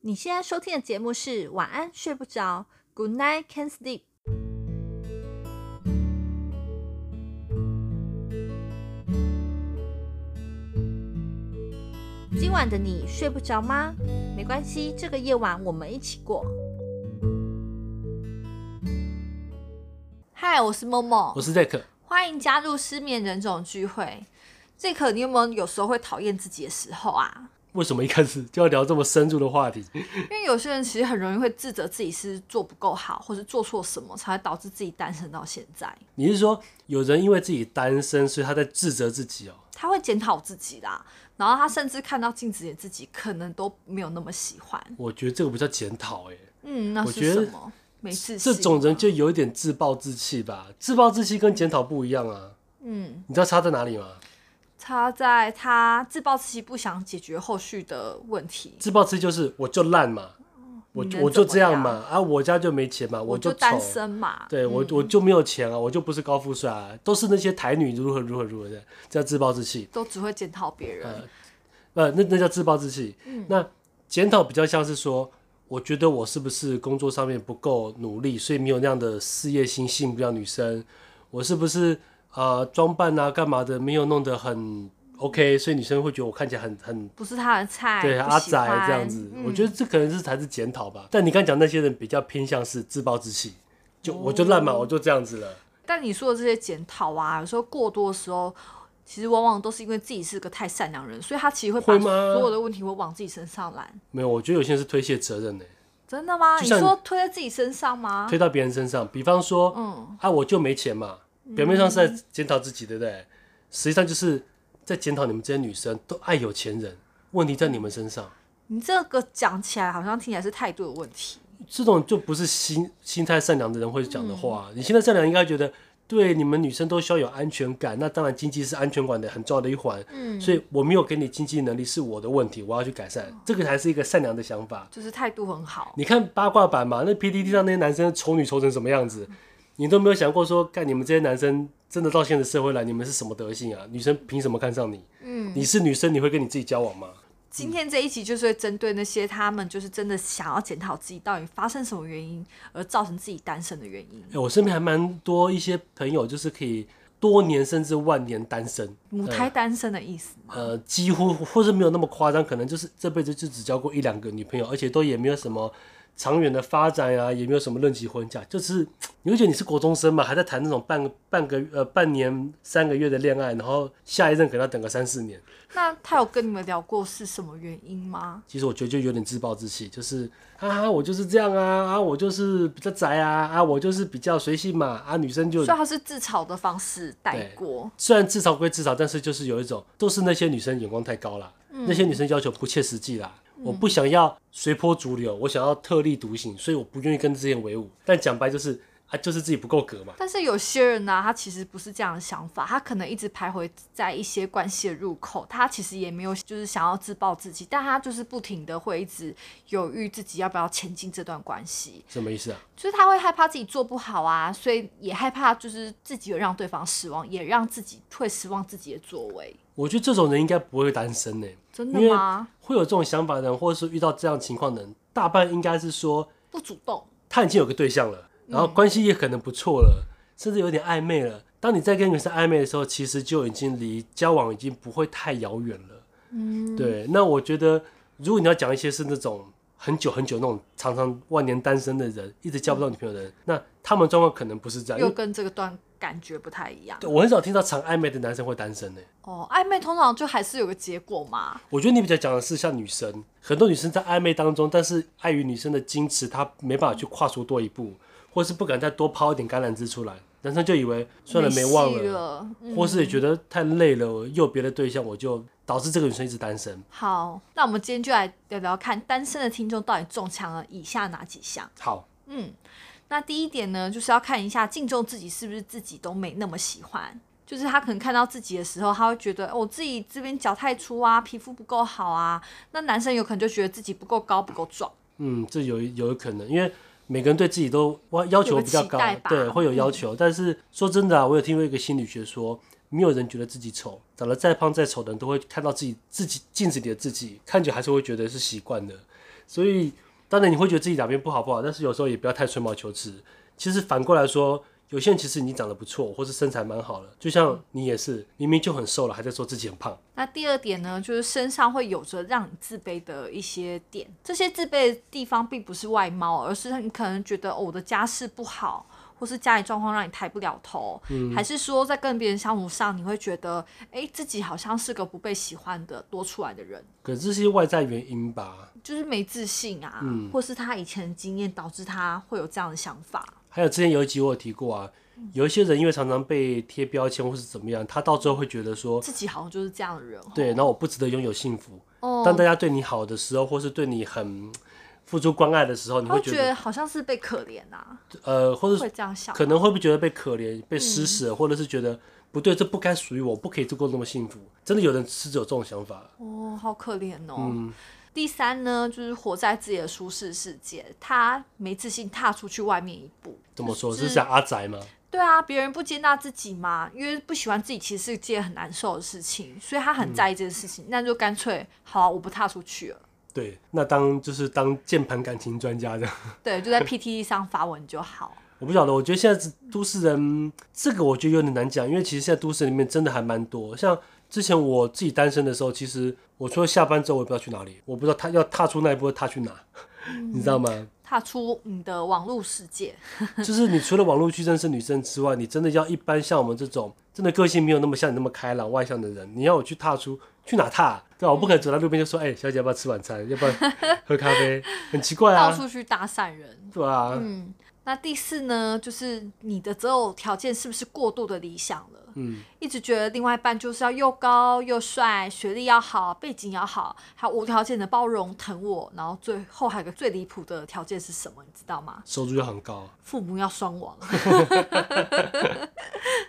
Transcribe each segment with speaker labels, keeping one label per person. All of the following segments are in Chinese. Speaker 1: 你现在收听的节目是《晚安睡不着》，Good night can't sleep。今晚的你睡不着吗？没关系，这个夜晚我们一起过。嗨，我是默默
Speaker 2: 我，是 Zack，
Speaker 1: 欢迎加入失眠人种聚会。这可你有没有有时候会讨厌自己的时候啊？
Speaker 2: 为什么一开始就要聊这么深入的话题？
Speaker 1: 因为有些人其实很容易会自责自己是做不够好，或是做错什么，才会导致自己单身到现在。
Speaker 2: 你是说有人因为自己单身，所以他在自责自己哦？
Speaker 1: 他会检讨自己啦，然后他甚至看到镜子里的自己，可能都没有那么喜欢。
Speaker 2: 我觉得这个不叫检讨，哎，
Speaker 1: 嗯，那
Speaker 2: 我
Speaker 1: 是
Speaker 2: 觉
Speaker 1: 什
Speaker 2: 得
Speaker 1: 么？没自信
Speaker 2: 这
Speaker 1: 吗。
Speaker 2: 种人就有一点自暴自弃吧。自暴自弃跟检讨不一样啊，
Speaker 1: 嗯，
Speaker 2: 你知道差在哪里吗？
Speaker 1: 他在他自暴自弃，不想解决后续的问题。
Speaker 2: 自暴自弃就是我就烂嘛，我
Speaker 1: 哦你
Speaker 2: 就
Speaker 1: 能
Speaker 2: 我
Speaker 1: 怎
Speaker 2: 就
Speaker 1: 么
Speaker 2: 这样
Speaker 1: 样
Speaker 2: 嘛，啊，我家就没钱嘛，
Speaker 1: 我
Speaker 2: 就丑
Speaker 1: 单，身嗯嘛，
Speaker 2: 对我我就没有钱啊，我就不是高富帅啊，都是那些台女如何如何如何的，这叫自暴自弃。
Speaker 1: 都只会检讨别人。
Speaker 2: 呃呃，那那叫自暴自弃。
Speaker 1: 嗯
Speaker 2: 那检讨比较像是说，我觉得我是不是工作上面不够努力，所以没有那样的事业心，吸引不了女生。我是不是呃装扮啊干嘛的没有弄得很 OK，所以女生会觉得我看起来很很
Speaker 1: 不是他的菜，
Speaker 2: 对
Speaker 1: 不
Speaker 2: 阿
Speaker 1: 喜
Speaker 2: 宅这
Speaker 1: 欢
Speaker 2: 样
Speaker 1: 嗯
Speaker 2: 子。我觉得这可能是才是检讨吧。但你刚讲那些人比较偏向是自暴自弃，就我就烂嘛，
Speaker 1: 哦
Speaker 2: 我就这样子了。
Speaker 1: 但你说的这些检讨啊，有时候过多的时候，其实往往都是因为自己是个太善良人，所以他其实会把
Speaker 2: 会吗
Speaker 1: 所有的问题会往自己身上揽。
Speaker 2: 没有，我觉得有些人是推卸责任的、
Speaker 1: 真的吗？
Speaker 2: 就
Speaker 1: 你
Speaker 2: 像
Speaker 1: 说推在自己身上吗？
Speaker 2: 推到别人身上。比方说，
Speaker 1: 嗯
Speaker 2: 啊，我就没钱嘛，表面上是在检讨自己，对不对？实际上就是在检讨你们这些女生都爱有钱人，问题在你们身上。
Speaker 1: 你这个讲起来好像听起来是态度的问题。
Speaker 2: 这种就不是心心态善良的人会讲的话。
Speaker 1: 嗯
Speaker 2: 你心态善良应该觉得，对你们女生都需要有安全感，那当然经济是安全感的很重要的一环。
Speaker 1: 嗯，哦
Speaker 2: 所以我没有给你经济能力是我的问题，我要去改善，这个才是一个善良的想法。
Speaker 1: 就是态度很好。
Speaker 2: 你看八卦版嘛，那 PDD 上那些男生丑女丑成什么样子，你都没有想过说，干你们这些男生真的到现在社会来，你们是什么德性啊？女生凭什么看上你？
Speaker 1: 嗯，
Speaker 2: 你是女生，你会跟你自己交往吗？
Speaker 1: 今天这一集就是会针对那些他们就是真的想要检讨自己到底发生什么原因而造成自己单身的原因
Speaker 2: 哎、。我身边还蛮多一些朋友，就是可以多年甚至万年单身，
Speaker 1: 母胎单身的意思吗？
Speaker 2: 呃，几乎或是没有那么夸张，可能就是这辈子就只交过一两个女朋友，而且都也没有什么长远的发展呀、也没有什么论及婚嫁，就是你会觉得你是国中生嘛，还在谈那种半个半个呃半年三个月的恋爱，然后下一任可能要等个三四年。
Speaker 1: 那他有跟你们聊过是什么原因吗？
Speaker 2: 其实我觉得就有点自暴自弃，就是啊，我就是这样啊，啊，我就是比较宅啊，啊，我就是比较随性嘛，啊，女生就
Speaker 1: 所以他是自嘲的方式带过，
Speaker 2: 虽然自嘲归自嘲，但是就是有一种都是那些女生眼光太高啦，那些女生要求不切实际啦。我不想要随波逐流，我想要特立独行，所以我不愿意跟这些人为伍。但讲白就是啊，就是自己不够格嘛。
Speaker 1: 但是有些人呢、他其实不是这样的想法，他可能一直徘徊在一些关系的入口，他其实也没有就是想要自暴自弃，但他就是不停的会一直犹豫自己要不要前进这段关系，
Speaker 2: 什么意思啊？
Speaker 1: 就是他会害怕自己做不好啊，所以也害怕就是自己有让对方失望，也让自己会失望自己的作为，
Speaker 2: 我觉得这种人应该不会单身呢、
Speaker 1: 真
Speaker 2: 因
Speaker 1: 的
Speaker 2: 为
Speaker 1: 吗？
Speaker 2: 会有这种想法的人，或者是遇到这样情况的人，大半应该是说
Speaker 1: 不主动，
Speaker 2: 他已经有个对象了，然后关系也可能不错了，甚至有点暧昧了。当你在跟女生暧昧的时候，其实就已经离交往已经不会太遥远了。嗯，对。那我觉得，如果你要讲一些是那种很久很久那种常常万年单身的人，一直交不到女朋友的人，那他们状况可能不是这样。因
Speaker 1: 又
Speaker 2: 为
Speaker 1: 跟这个段感觉不太一样。
Speaker 2: 对我很少听到常暧昧的男生会单身呢、
Speaker 1: 哦，暧昧通常就还是有个结果嘛。
Speaker 2: 我觉得你比较讲的是像女生，很多女生在暧昧当中，但是碍于女生的矜持，她没办法去跨出多一步，或是不敢再多抛一点橄榄枝出来，男生就以为算了没忘
Speaker 1: 戏
Speaker 2: 了，
Speaker 1: 了嗯，
Speaker 2: 或是也觉得太累了，我又有别的对象，我就导致这个女生一直单身。
Speaker 1: 好，那我们今天就来聊聊看单身的听众到底中枪了以下哪几项。
Speaker 2: 好，
Speaker 1: 那第一点呢，就是要看一下敬重自己是不是自己都没那么喜欢。就是他可能看到自己的时候，他会觉得、哦、我自己这边脚太粗啊，皮肤不够好啊。那男生有可能就觉得自己不够高、不够壮。
Speaker 2: 嗯，这有有可能，因为每个人对自己都哇要求比较高
Speaker 1: 有个期待吧，嗯
Speaker 2: 对，会有要求。但是说真的啊，我有听过一个心理学说，没有人觉得自己丑，长得再胖再丑的人都会看到自己自己镜子里的自己，看久还是会觉得是习惯的。所以当然你会觉得自己哪边不好不好，但是有时候也不要太吹毛求疵。其实反过来说，有些人其实你长得不错，或是身材蛮好的，就像你也是，明明就很瘦了，还在说自己很胖。
Speaker 1: 那第二点呢，就是身上会有着让你自卑的一些点。这些自卑的地方并不是外貌，而是你可能觉得、哦、我的家世不好，或是家里状况让你抬不了头，
Speaker 2: 嗯
Speaker 1: 还是说在跟别人相处上，你会觉得诶自己好像是个不被喜欢的多出来的人，
Speaker 2: 可是这些外在原因吧，
Speaker 1: 就是没自信啊，
Speaker 2: 嗯
Speaker 1: 或是他以前的经验导致他会有这样的想法。
Speaker 2: 还有之前有一集我有提过啊，有一些人因为常常被贴标签或是怎么样，他到最后会觉得说，
Speaker 1: 自己好像就是这样的人哦，
Speaker 2: 对，然后我不值得拥有幸福。
Speaker 1: 哦，
Speaker 2: 当大家对你好的时候，或是对你很付出关爱的时候，你
Speaker 1: 他
Speaker 2: 会
Speaker 1: 会
Speaker 2: 觉
Speaker 1: 觉
Speaker 2: 得
Speaker 1: 得好像是被可怜啊，
Speaker 2: 呃，或者
Speaker 1: 会这嗯样想。
Speaker 2: 可能会不会觉得被可怜、被施舍，或者是觉得不对，这不该属于我，不可以过那么幸福。真的有人是有这种想法，
Speaker 1: 哦，好可怜哦。第三呢，就是活在自己的舒适世界，他没自信踏出去外面一步。
Speaker 2: 怎么说？
Speaker 1: 就是
Speaker 2: 像阿宅吗？
Speaker 1: 对啊，别人不接纳自己嘛，因为不喜欢自己，其实是件很难受的事情，所以他很在意这件事情。那就干脆好啊、我不踏出去了。
Speaker 2: 对，那当就是当键盘感情专家这样。
Speaker 1: 对，就在 PTE 上发文就好。
Speaker 2: 我不晓得，我觉得现在都市人这个我觉得有点难讲，因为其实现在都市里面真的还蛮多。像之前我自己单身的时候，其实我除了下班之后，我也不知道去哪里，我不知道他要踏出那一步，踏去哪，你知道吗？
Speaker 1: 踏出你的网络世界，
Speaker 2: 就是你除了网络去认识女生之外，你真的要一般像我们这种真的个性没有那么像你那么开朗外向的人，你要我去踏出去哪踏、对吧、我不可能走到路边就说，哎、小姐要不要吃晚餐？要不要喝咖啡？很奇怪
Speaker 1: 到
Speaker 2: 啊，
Speaker 1: 处去搭讪人。
Speaker 2: 对啊，
Speaker 1: 嗯，那第四呢，就是你的择偶条件是不是过度的理想了？
Speaker 2: 嗯，
Speaker 1: 一直觉得另外一半就是要又高又帅，学历要好，背景要好，还有无条件的包容疼我，然后最后还有个最离谱的条件是什么？你知道吗？
Speaker 2: 收入又很高，
Speaker 1: 父母要双 亡，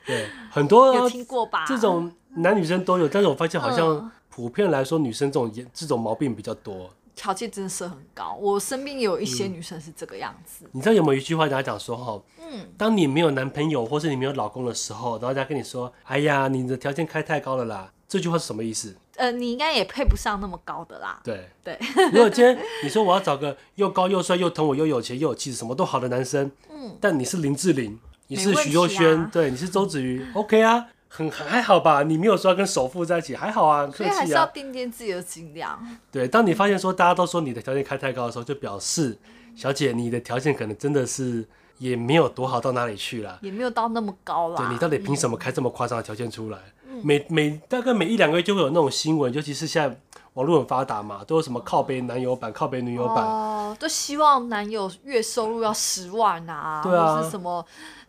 Speaker 2: 对，很多啊
Speaker 1: 有听过吧？
Speaker 2: 这种男女生都有，但是我发现好
Speaker 1: 嗯
Speaker 2: 像普遍来说，女生这种也这种毛病比较多。
Speaker 1: 条件真的是很高，我身边也有一些女生是这个样子。
Speaker 2: 你知道有没有一句话大家讲说哈，
Speaker 1: 嗯，
Speaker 2: 当你没有男朋友或是你没有老公的时候，然后大家跟你说，哎呀，你的条件开太高了啦，这句话是什么意思？
Speaker 1: 呃，你应该也配不上那么高的啦。
Speaker 2: 对
Speaker 1: 对。
Speaker 2: 如果今天你说我要找个又高又帅又疼我又有钱又有气质什么都好的男生，
Speaker 1: 嗯，
Speaker 2: 但你是林志玲，你是
Speaker 1: 没问
Speaker 2: 许佑
Speaker 1: 题
Speaker 2: 轩，
Speaker 1: 啊
Speaker 2: 对，你是周子瑜，OK 啊，很还好吧？你没有说要跟首富在一起，还好啊，很客
Speaker 1: 所以 还是
Speaker 2: 气啊
Speaker 1: 要。掂掂自己的斤两。
Speaker 2: 对，当你发现说大家都说你的条件开太高的时候，就表示小姐你的条件可能真的是也没有多好到哪里去啦。
Speaker 1: 也没有到那么高啦。
Speaker 2: 对你到底凭什么开这么夸张的条件出来？每每大概每一两个月就会有那种新闻，尤其是现在网络很发达嘛，都有什么靠北男友版、靠北女友版，
Speaker 1: 哦，都希望男友月收入要十万啊，
Speaker 2: 对啊
Speaker 1: 或是什么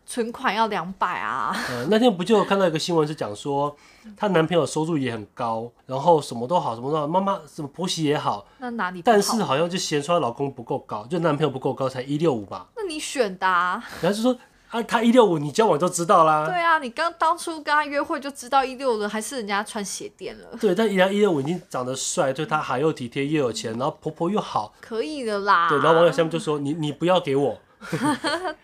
Speaker 1: 存款要两百啊，
Speaker 2: 呃，那天不就有看到一个新闻是讲说，她男朋友收入也很高，然后什么都好，什么都好，妈妈什么婆媳也好，
Speaker 1: 那哪里不好？
Speaker 2: 但是好像就嫌说她老公不够高，就男朋友不够高，才一六五吧，
Speaker 1: 那你选的啊，
Speaker 2: 然后就说啊，他一六五，你交往就知道啦。
Speaker 1: 对啊，你刚当初跟他约会就知道一六的，还是人家穿鞋垫了，
Speaker 2: 对，但人家一六五已经长得帅，对他还又体贴又有钱，然后婆婆又好，
Speaker 1: 可以的啦。
Speaker 2: 对，然后网友下面就说你你不要给我，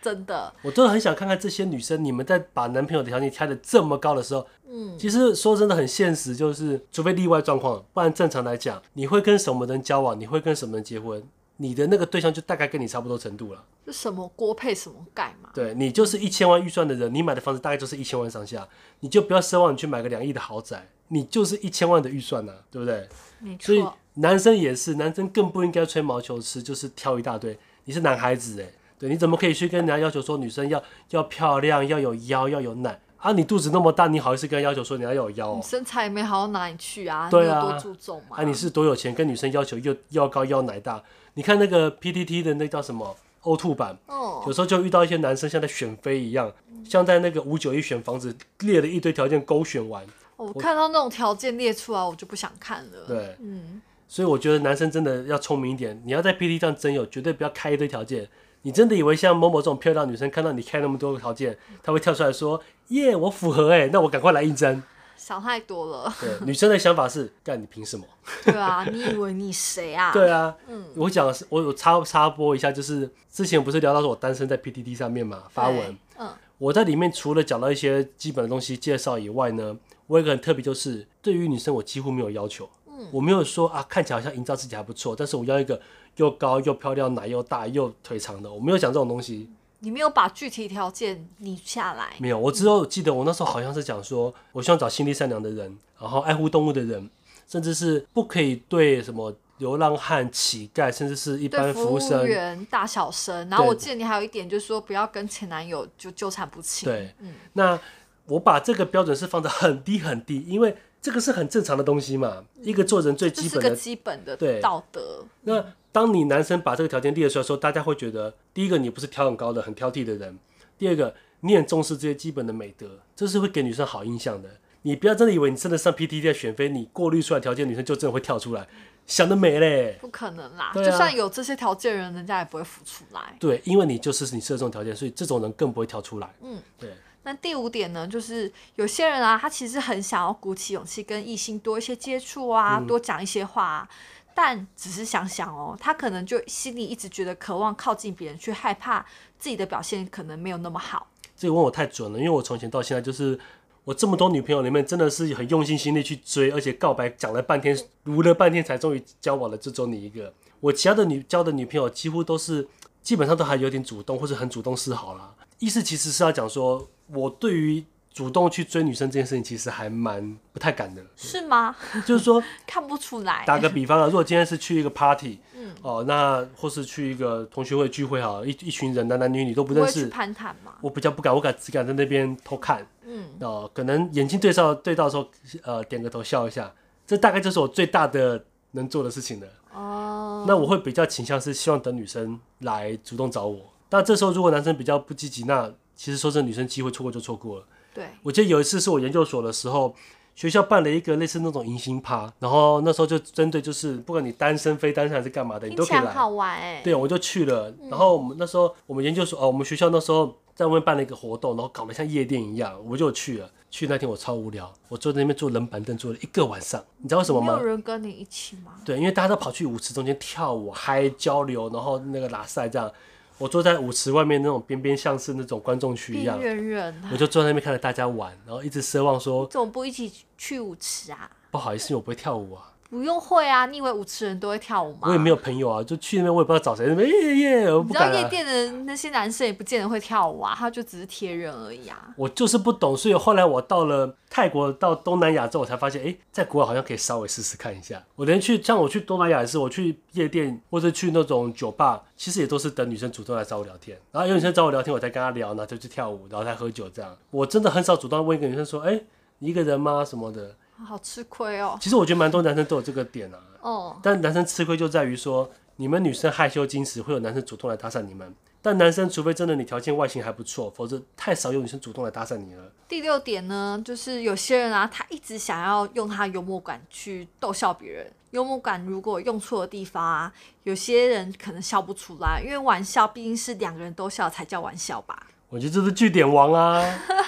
Speaker 1: 真的，
Speaker 2: 我真的很想看看这些女生，你们在把男朋友的条件开的这么高的时候，
Speaker 1: 嗯，
Speaker 2: 其实说真的很现实，就是除非例外状况，不然正常来讲，你会跟什么人交往，你会跟什么人结婚，你的那个对象就大概跟你差不多程度了。
Speaker 1: 就什么锅配什么盖嘛。
Speaker 2: 对你就是一千万预算的人，你买的房子大概就是一千万上下，你就不要奢望你去买个两亿的豪宅，你就是一千万的预算呐、对不对？
Speaker 1: 没
Speaker 2: 所以
Speaker 1: 错，
Speaker 2: 男生也是，男生更不应该吹毛求疵，就是挑一大堆。你是男孩子哎，对，你怎么可以去跟人家要求说女生要要漂亮、要有腰、要有奶啊？你肚子那么大，你好意思跟人家要求说你要有腰、
Speaker 1: 你
Speaker 2: 哦？
Speaker 1: 身材也没好到哪里去啊，
Speaker 2: 对
Speaker 1: 你
Speaker 2: 啊
Speaker 1: 有多注重嘛？
Speaker 2: 啊，你是多有钱，跟女生要求又要高要奶大？你看那个 PTT 的那叫什么 O two 版，
Speaker 1: 哦，
Speaker 2: 有时候就遇到一些男生像在选妃一样，像在那个五九一选房子列了一堆条件勾选完，
Speaker 1: 我看到那种条件列出来，我就不想看了。
Speaker 2: 对，
Speaker 1: 嗯，
Speaker 2: 所以我觉得男生真的要聪明一点，你要在 PT 上真有，绝对不要开一堆条件。你真的以为像某某这种漂亮女生看到你开那么多个条件，她会跳出来说：“耶，我符合哎、那我赶快来应征。
Speaker 1: 想太多了。”
Speaker 2: 对，女生的想法是：干你凭什么？
Speaker 1: 对啊，你以为你谁啊？
Speaker 2: 对啊，我讲的是，我有插插播一下，就是之前不是聊到说我单身在 PTT 上面嘛发文
Speaker 1: 对，，嗯，
Speaker 2: 我在里面除了讲到一些基本的东西介绍以外呢，我有一个很特别，就是对于女生我几乎没有要求。嗯，我没有说啊，看起来好像营造自己还不错，但是我要一个又高又漂亮、奶又大又腿长的，我没有讲这种东西，
Speaker 1: 你没有把具体条件拟下来，
Speaker 2: 没有。我只有记得我那时候好像是讲说，我希望找心地善良的人，然后爱护动物的人，甚至是不可以对什么流浪汉、乞丐，甚至是一般
Speaker 1: 对
Speaker 2: 服
Speaker 1: 服
Speaker 2: 务
Speaker 1: 务
Speaker 2: 生，
Speaker 1: 员、大小生。然后
Speaker 2: 对
Speaker 1: 我记得你还有一点就是说，不要跟前男友就纠缠不清。
Speaker 2: 对
Speaker 1: 嗯，
Speaker 2: 那我把这个标准是放得很低很低，因为这个是很正常的东西嘛，一个做人最
Speaker 1: 嗯这
Speaker 2: 基
Speaker 1: 是
Speaker 2: 本
Speaker 1: 个
Speaker 2: 的。
Speaker 1: 基本的
Speaker 2: 对
Speaker 1: 道德。
Speaker 2: 那当你男生把这个条件列出来的时候，大家会觉得，第一个你不是挑很高的、很挑剔的人，第二个你很重视这些基本的美德，这是会给女生好印象的。你不要真的以为你真的上 PTT 在选妃，你过滤出来条件，女生就真的会跳出来，想得美嘞。
Speaker 1: 不可能啦！
Speaker 2: 对啊
Speaker 1: 就算有这些条件的人，人家也不会浮出来。
Speaker 2: 对，因为你就是你设这种条件，所以这种人更不会跳出来。嗯，对，
Speaker 1: 那第五点呢，就是有些人啊，他其实很想要鼓起勇气跟异性多一些接触啊，
Speaker 2: 嗯
Speaker 1: 多讲一些话、啊，但只是想想哦，他可能就心里一直觉得渴望靠近别人，却害怕自己的表现可能没有那么好。
Speaker 2: 这个问我太准了，因为我从前到现在就是我这么多女朋友里面，真的是很用心心力去追，而且告白讲了半天，撸了半天才终于交往了，就只有你一个。我其他的女交的女朋友几乎都是基本上都还有点主动，或是很主动示好啦。意思其实是要讲说，我对于主动去追女生这件事情，其实还蛮不太敢的。
Speaker 1: 是吗？
Speaker 2: 就是说，
Speaker 1: 看不出来。
Speaker 2: 打个比方啊，如果今天是去一个 party，哦，那或是去一个同学会聚会好了，一一群人男男女女都不
Speaker 1: 不
Speaker 2: 认
Speaker 1: 会
Speaker 2: 识
Speaker 1: 去，攀谈嘛？
Speaker 2: 我比较不敢，我敢只敢在那边偷看。嗯，哦、可能眼睛对上对到的时候，呃，点个头笑一下，这大概就是我最大的能做的事情了。
Speaker 1: 哦、
Speaker 2: 那我会比较倾向是希望等女生来主动找我。那这时候如果男生比较不积极，那其实说真的，女生机会错过就错过了。
Speaker 1: 对，
Speaker 2: 我记得有一次是我研究所的时候，学校办了一个类似那种迎新趴，然后那时候就针对就是不管你单身、非单身还是干嘛的，你
Speaker 1: 听
Speaker 2: 都
Speaker 1: 起
Speaker 2: 可以
Speaker 1: 来
Speaker 2: 来
Speaker 1: 很。好玩哎、
Speaker 2: 对，我就去了。
Speaker 1: 嗯
Speaker 2: 然后我们那时候我们研究所，哦，我们学校那时候在外面办了一个活动，然后搞得像夜店一样，我就去了。去那天我超无聊，我坐在那边坐冷板凳坐了一个晚上，你知道为什么
Speaker 1: 没
Speaker 2: 吗
Speaker 1: 有？人跟你一起吗？
Speaker 2: 对，因为大家都跑去舞池中间跳舞、嗨交流，然后那个拉塞这样。我坐在舞池外面那种边边，像是那种观众区一
Speaker 1: 边
Speaker 2: 样，
Speaker 1: 缘人啊，
Speaker 2: 我就坐在那边看着大家玩，然后一直奢望说
Speaker 1: 怎么不一起去舞池啊？
Speaker 2: 不好意思，因为我不会跳舞啊，
Speaker 1: 不用会啊，你以为舞池人都会跳舞吗？
Speaker 2: 我也没有朋友啊，就去那边我也不知道找谁，那边耶耶，我
Speaker 1: 你
Speaker 2: 不
Speaker 1: 知道
Speaker 2: 敢、
Speaker 1: 夜
Speaker 2: 啊。
Speaker 1: 店的那些男生也不见得会跳舞啊，他就只是贴人而已啊。
Speaker 2: 我就是不懂，所以后来我到了泰国，到东南亚之后，我才发现，诶，在国外好像可以稍微试试看一下。我连去像我去东南亚也是，我去夜店或者去那种酒吧，其实也都是等女生主动来找我聊天，然后有女生找我聊天，我才跟她聊，然后就去跳舞，然后再喝酒这样。我真的很少主动问一个女生说，诶，你一个人吗？什么的。
Speaker 1: 好吃亏哦。
Speaker 2: 其实我觉得蛮多男生都有这个点啊，
Speaker 1: 哦，
Speaker 2: 但男生吃亏就在于说，你们女生害羞矜持，会有男生主动来搭讪你们。但男生除非真的你条件外形还不错，否则太少有女生主动来搭讪你了。
Speaker 1: 第六点呢，就是有些人啊，他一直想要用他幽默感去逗笑别人。幽默感如果用错的地方啊，有些人可能笑不出来，因为玩笑毕竟是两个人都笑才叫玩笑吧。
Speaker 2: 我觉得这是据点王啊，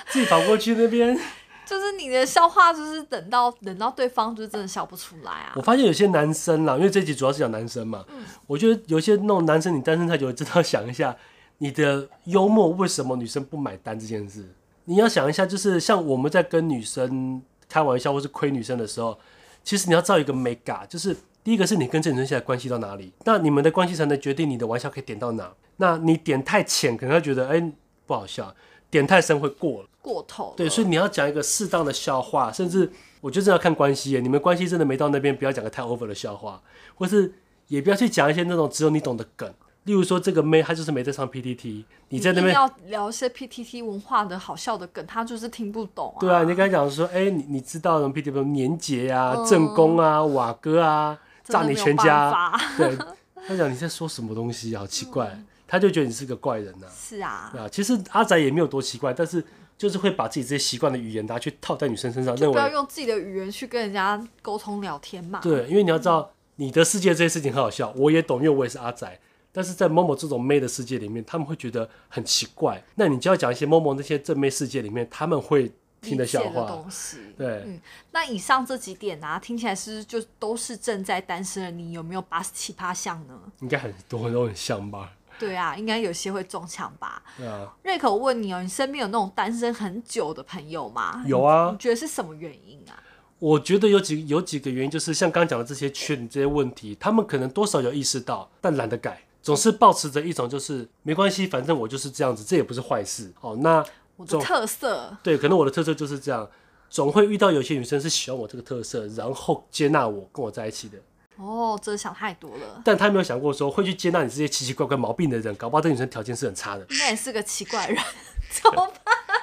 Speaker 2: 自己跑过去那边。
Speaker 1: 就是你的笑话，就是等到等到对方就真的笑不出来啊
Speaker 2: 我。发现有些男生啦，因为这集主要是讲男生嘛，我觉得有些那种男生，你单身太久，真的要想一下你的幽默为什么女生不买单这件事。你要想一下，就是像我们在跟女生开玩笑或是亏女生的时候，其实你要造一个 make up，就是第一个是你跟这女生现在关系到哪里，那你们的关系才能决定你的玩笑可以点到哪。那你点太浅，可能会觉得哎、不好笑；点太深会过了。
Speaker 1: 过头了。
Speaker 2: 对，所以你要讲一个适当的笑话，甚至我觉得这要看关系耶。你们关系真的没到那边，不要讲个太 over 的笑话，或是也不要去讲一些那种只有你懂的梗。例如说，这个妹她就是没在上 PPT，你在那
Speaker 1: 一定
Speaker 2: 边
Speaker 1: 要聊一些 PTT 文化的好笑的梗，他就是听不懂啊。
Speaker 2: 对啊，你就跟她讲说，哎、你你知道什么 PPT 比如年节啊、正宫啊、瓦哥
Speaker 1: 嗯
Speaker 2: 啊、
Speaker 1: 真
Speaker 2: 炸
Speaker 1: 的
Speaker 2: 你
Speaker 1: 没有
Speaker 2: 全
Speaker 1: 办
Speaker 2: 家，
Speaker 1: 法。 嗯
Speaker 2: 对，她讲你在说什么东西，啊好奇怪，她就觉得你是个怪人呐、
Speaker 1: 是啊
Speaker 2: 对，啊，其实阿宅也没有多奇怪，但是就是会把自己这些习惯的语言拿去套在女生身上，认
Speaker 1: 不
Speaker 2: 为
Speaker 1: 要用自己的语言去跟人家沟通聊天嘛。，
Speaker 2: 对，因为你要知道，你的世界这些事情很好笑，我也懂，因为我也是阿仔。但是在某某这种妹的世界里面，他们会觉得很奇怪。那你就要讲一些某某那些正妹世界里面他们会听的笑话。
Speaker 1: 东西。
Speaker 2: 对，
Speaker 1: 嗯，那以上这几点啊，听起来是就都是正在单身的你，有没有八十七八项呢？
Speaker 2: 应该很多都很像吧？
Speaker 1: 对啊，应该有些会中枪吧。
Speaker 2: 对啊，
Speaker 1: 瑞可，我问你哦，你身边有那种单身很久的朋友吗？
Speaker 2: 有啊
Speaker 1: 你，觉得是什么原因啊？
Speaker 2: 我觉得有几有几个原因，就是像刚刚讲的这些缺点、这些问题，他们可能多少有意识到，但懒得改，总是保持着一种就是没关系，反正我就是这样子，这也不是坏事。哦，那
Speaker 1: 我的
Speaker 2: 总
Speaker 1: 特色，
Speaker 2: 对，可能我的特色就是这样，总会遇到有些女生是喜欢我这个特色，然后接纳我，跟我在一起的。
Speaker 1: 哦，真的想太多了，
Speaker 2: 但他没有想过说会去接纳你这些奇奇怪怪毛病的人，搞不好这女生条件是很差的。
Speaker 1: 应该也是个奇怪人， 怎么办？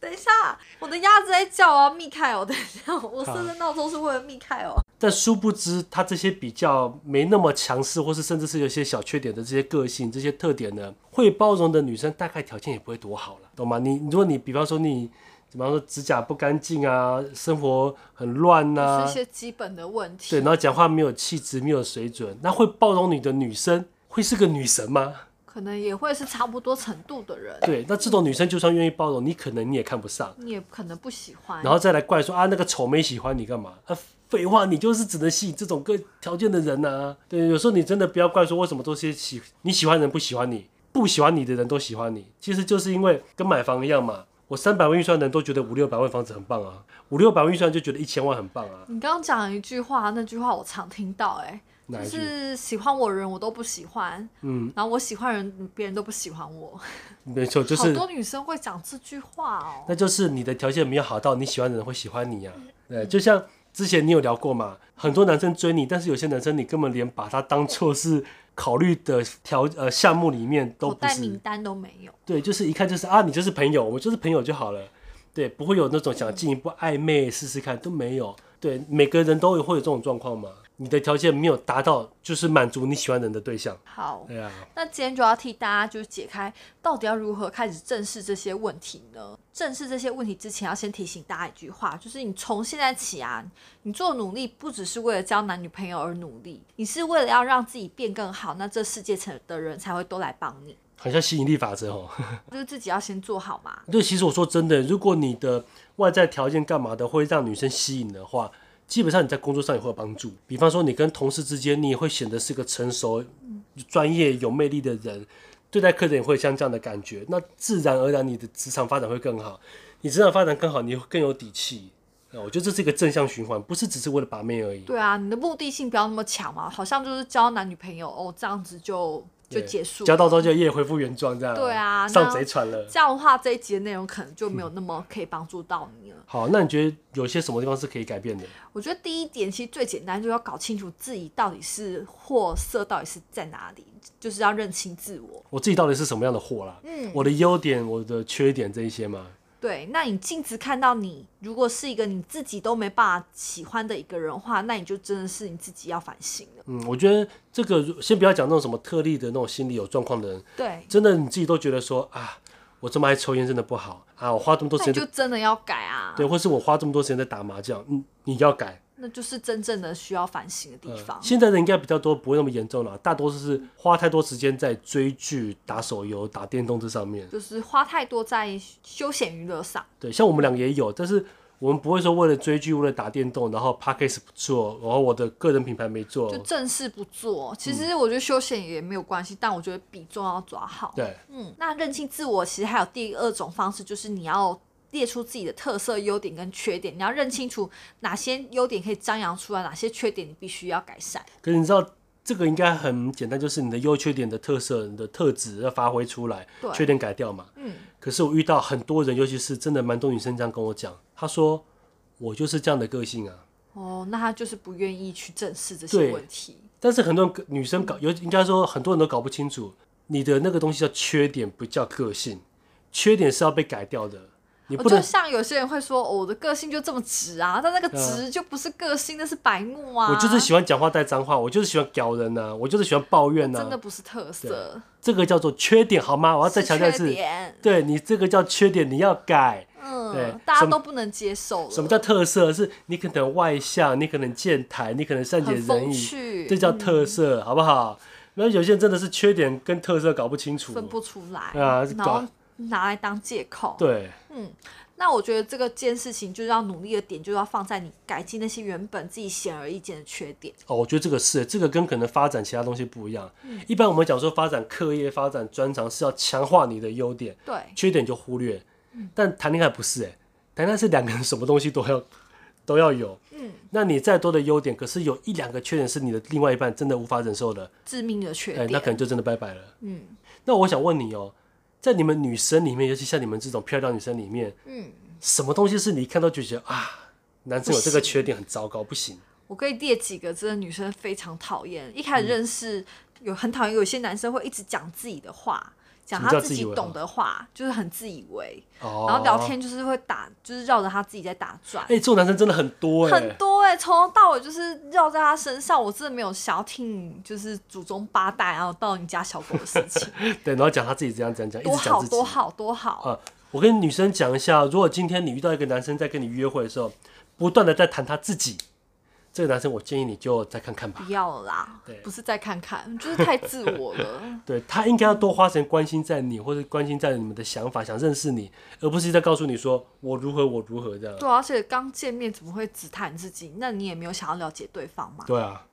Speaker 1: 等一下，我的鸭子在叫啊，密凯尔，等一下，我设的闹钟是为了密凯哦尔。
Speaker 2: 但殊不知，他这些比较没那么强势，或是甚至是有些小缺点的这些个性、这些特点呢，会包容的女生大概条件也不会多好了，懂吗？你如果你比方说你，比方说指甲不干净啊，生活很乱呐、
Speaker 1: 就是
Speaker 2: 啊
Speaker 1: 一，些基本的问题。
Speaker 2: 对，然后讲话没有气质、没有水准，那会包容你的女生会是个女神吗？
Speaker 1: 可能也会是差不多程度的人，
Speaker 2: 对，那这种女生就算愿意包容，你可能你也看不上。
Speaker 1: 你也可能不喜欢。
Speaker 2: 然后再来怪说啊，那个丑妹喜欢你干嘛？啊，废话，你就是只能吸引这种各条件的人呐、对，有时候你真的不要怪说为什么这些喜你喜欢的人不喜欢你，不喜欢你的人都喜欢你，其实就是因为跟买房一样嘛。我三百万预算的人都觉得五六百万房子很棒啊，五六百万预算就觉得一千万很棒啊。
Speaker 1: 你刚刚讲了一句话，那句话我常听到、欸，
Speaker 2: 哪
Speaker 1: 哎，
Speaker 2: 一
Speaker 1: 就
Speaker 2: 句
Speaker 1: 是喜欢我的人我都不喜欢，
Speaker 2: 嗯，
Speaker 1: 然后我喜欢的人别人都不喜欢我，
Speaker 2: 没错，就
Speaker 1: 好
Speaker 2: 是
Speaker 1: 多女生会讲这句话哦。
Speaker 2: 那就是你的条件没有好到你喜欢的人会喜欢你呀、啊对，就像之前你有聊过嘛，很多男生追你，但是有些男生你根本连把他当做是考虑的条呃项目里面都
Speaker 1: 口
Speaker 2: 不
Speaker 1: 袋
Speaker 2: 是。
Speaker 1: 名单都没有，
Speaker 2: 对，就是一看就是啊，你就是朋友，我们就是朋友就好了。对，不会有那种想进一步暧昧试试看都没有。对，每个人都有会有这种状况嘛。你的条件没有达到，就是满足你喜欢人的对象。
Speaker 1: 好。
Speaker 2: 对啊，
Speaker 1: 那今天就要替大家就是解开到底要如何开始正视这些问题呢？正视这些问题之前，要先提醒大家一句话，就是你从现在起啊，你做努力不只是为了交男女朋友而努力，你是为了要让自己变更好，那这世界才的人才会都来帮你，
Speaker 2: 好像吸引力法则哦。
Speaker 1: 就是自己要先做好嘛。
Speaker 2: 对，其实我说真的，如果你的外在条件干嘛的会让女生吸引的话，基本上你在工作上也会有帮助。比方说，你跟同事之间，你也会显得是个成熟、专业、有魅力的人，对待客人也会像这样的感觉。那自然而然，你的职场发展会更好。你职场发展更好，你会更有底气。啊，我觉得这是一个正向循环，不是只是为了把妹而已。
Speaker 1: 对啊，你的目的性不要那么强嘛，好像就是交男女朋友哦，这样子就就
Speaker 2: 对
Speaker 1: 结束
Speaker 2: 交到之后就也恢复原状这样。
Speaker 1: 对啊
Speaker 2: 上
Speaker 1: 那
Speaker 2: 贼船了。
Speaker 1: 这样的话，这一集的内容可能就没有那么可以帮助到你了。
Speaker 2: 好，那你觉得有些什么地方是可以改变的？
Speaker 1: 我觉得第一点其实最简单，就是要搞清楚自己到底是货色到底是在哪里，就是要认清自我。
Speaker 2: 我自己到底是什么样的货啦？嗯，我的优点、我的缺点这一些嘛。
Speaker 1: 对，那你镜子看到你，如果是一个你自己都没办法喜欢的一个人的话，那你就真的是你自己要反省了。
Speaker 2: 嗯，我觉得这个如先不要讲那种什么特例的那种心理有状况的人，
Speaker 1: 对，
Speaker 2: 真的你自己都觉得说啊，我这么爱抽烟真的不好啊，我花这么多
Speaker 1: 那
Speaker 2: 时
Speaker 1: 你
Speaker 2: 间
Speaker 1: 就
Speaker 2: 在
Speaker 1: 真的要改啊，
Speaker 2: 对，或是我花这么多时间在打麻将，嗯，你要改。
Speaker 1: 那就是真正的需要反省的地
Speaker 2: 呃
Speaker 1: 方。
Speaker 2: 现在的应该比较多，不会那么严重了，大多数是花太多时间在追剧、打手游、打电动这上面。
Speaker 1: 就是花太多在休闲娱乐上，
Speaker 2: 对，像我们两个也有，但是我们不会说为了追剧、为了打电动，然后 p a c k a g e 不做，然后我的个人品牌没做
Speaker 1: 就，正事不做。其实我觉得休闲也没有关系，但我觉得比重要抓好。
Speaker 2: 对。
Speaker 1: 嗯，那认清自我其实还有第二种方式，就是你要列出自己的特色、优点跟缺点，你要认清楚哪些优点可以张扬出来，哪些缺点你必须要改善。
Speaker 2: 可是你知道这个应该很简单，就是你的优缺点的特色、你的特质要发挥出来
Speaker 1: 对，
Speaker 2: 缺点改掉嘛。
Speaker 1: 嗯，
Speaker 2: 可是我遇到很多人，尤其是真的蛮多女生这样跟我讲，她说我就是这样的个性啊。
Speaker 1: 哦，那他就是不愿意去正视这
Speaker 2: 对
Speaker 1: 些问题。
Speaker 2: 但是很多人女生搞，尤应该说很多人都搞不清楚，你的那个东西叫缺点，不叫个性。缺点是要被改掉的，你
Speaker 1: 我
Speaker 2: 不
Speaker 1: 就
Speaker 2: 能。
Speaker 1: 像有些人会说、哦我的个性就这么直啊，但那个直就不是个性，那是白目啊。
Speaker 2: 我就是喜欢讲话带脏话，我就是喜欢屌人啊呐、我就是喜欢抱怨呐、
Speaker 1: 真的不是特色，
Speaker 2: 这个叫做缺点好吗？我要再
Speaker 1: 是
Speaker 2: 强调一
Speaker 1: 缺
Speaker 2: 次，
Speaker 1: 点。
Speaker 2: 对你这个叫缺点，你要改。对
Speaker 1: 嗯，大
Speaker 2: 什
Speaker 1: 家
Speaker 2: 么
Speaker 1: 都不能接受了。
Speaker 2: 什么叫特色？是你可能外向，你可能健谈，你可能善解
Speaker 1: 很风
Speaker 2: 人意，
Speaker 1: 趣？
Speaker 2: 这叫特色，好不好？那有些人真的是缺点跟特色搞不清楚，
Speaker 1: 分不出来，
Speaker 2: 对啊
Speaker 1: 然后拿来当借口。
Speaker 2: 对，
Speaker 1: 那我觉得这个件事情就是要努力的点，就是要放在你改进那些原本自己显而易见的缺点。
Speaker 2: 哦，我觉得这个是，这个跟可能发展其他东西不一样。
Speaker 1: 嗯
Speaker 2: 一般我们讲说发展课业、发展专长是要强化你的优点，
Speaker 1: 对，嗯
Speaker 2: 缺点就忽略。但谈恋爱不是、欸，哎，谈恋爱是两个人什么东西都要 都要有。
Speaker 1: 嗯，
Speaker 2: 那你再多的优点，可是有一两个缺点是你的另外一半真的无法忍受的，
Speaker 1: 致命的缺
Speaker 2: 哎、
Speaker 1: 点，
Speaker 2: 那可能就真的拜拜了。
Speaker 1: 嗯
Speaker 2: 那我想问你哦，在你们女生里面，尤其像你们这种漂亮女生里面，
Speaker 1: 嗯，
Speaker 2: 什么东西是你一看到就觉得啊，男生有这个
Speaker 1: 不行
Speaker 2: 缺点很糟糕，不行？
Speaker 1: 我可以列几个真的女生非常讨厌，一开始认识有很讨厌，有些男生会一直讲自己的话，讲
Speaker 2: 什么叫
Speaker 1: 他
Speaker 2: 自
Speaker 1: 自
Speaker 2: 以
Speaker 1: 己
Speaker 2: 为啊
Speaker 1: 懂的话，就是很自以为，
Speaker 2: 哦，
Speaker 1: 然后聊，天就是会打，就是绕着他自己在打转。
Speaker 2: 哎、这种男生真的很多哎、
Speaker 1: 很多哎、从头到尾就是绕在他身上，我真的没有想要听你就是祖宗八代，然后到你家小狗的事情，
Speaker 2: 对，然后讲他自己这样讲 讲，一
Speaker 1: 多
Speaker 2: 直讲
Speaker 1: 好
Speaker 2: 自己
Speaker 1: 多好多好，
Speaker 2: 啊。我跟女生讲一下，如果今天你遇到一个男生在跟你约会的时候，不断的在谈他自己，这个男生我建议你就再看看吧。
Speaker 1: 不要了啦
Speaker 2: 对，。
Speaker 1: 不是再看看， 就是太自我了
Speaker 2: 对他应该要多花时间关心在你，或者关心在你们的想法，想认识你，而不是在告诉你说我如何我如何这样。
Speaker 1: 对啊、而且刚见面怎么会只谈自己？那你也没有想要了解对方嘛？
Speaker 2: 对啊，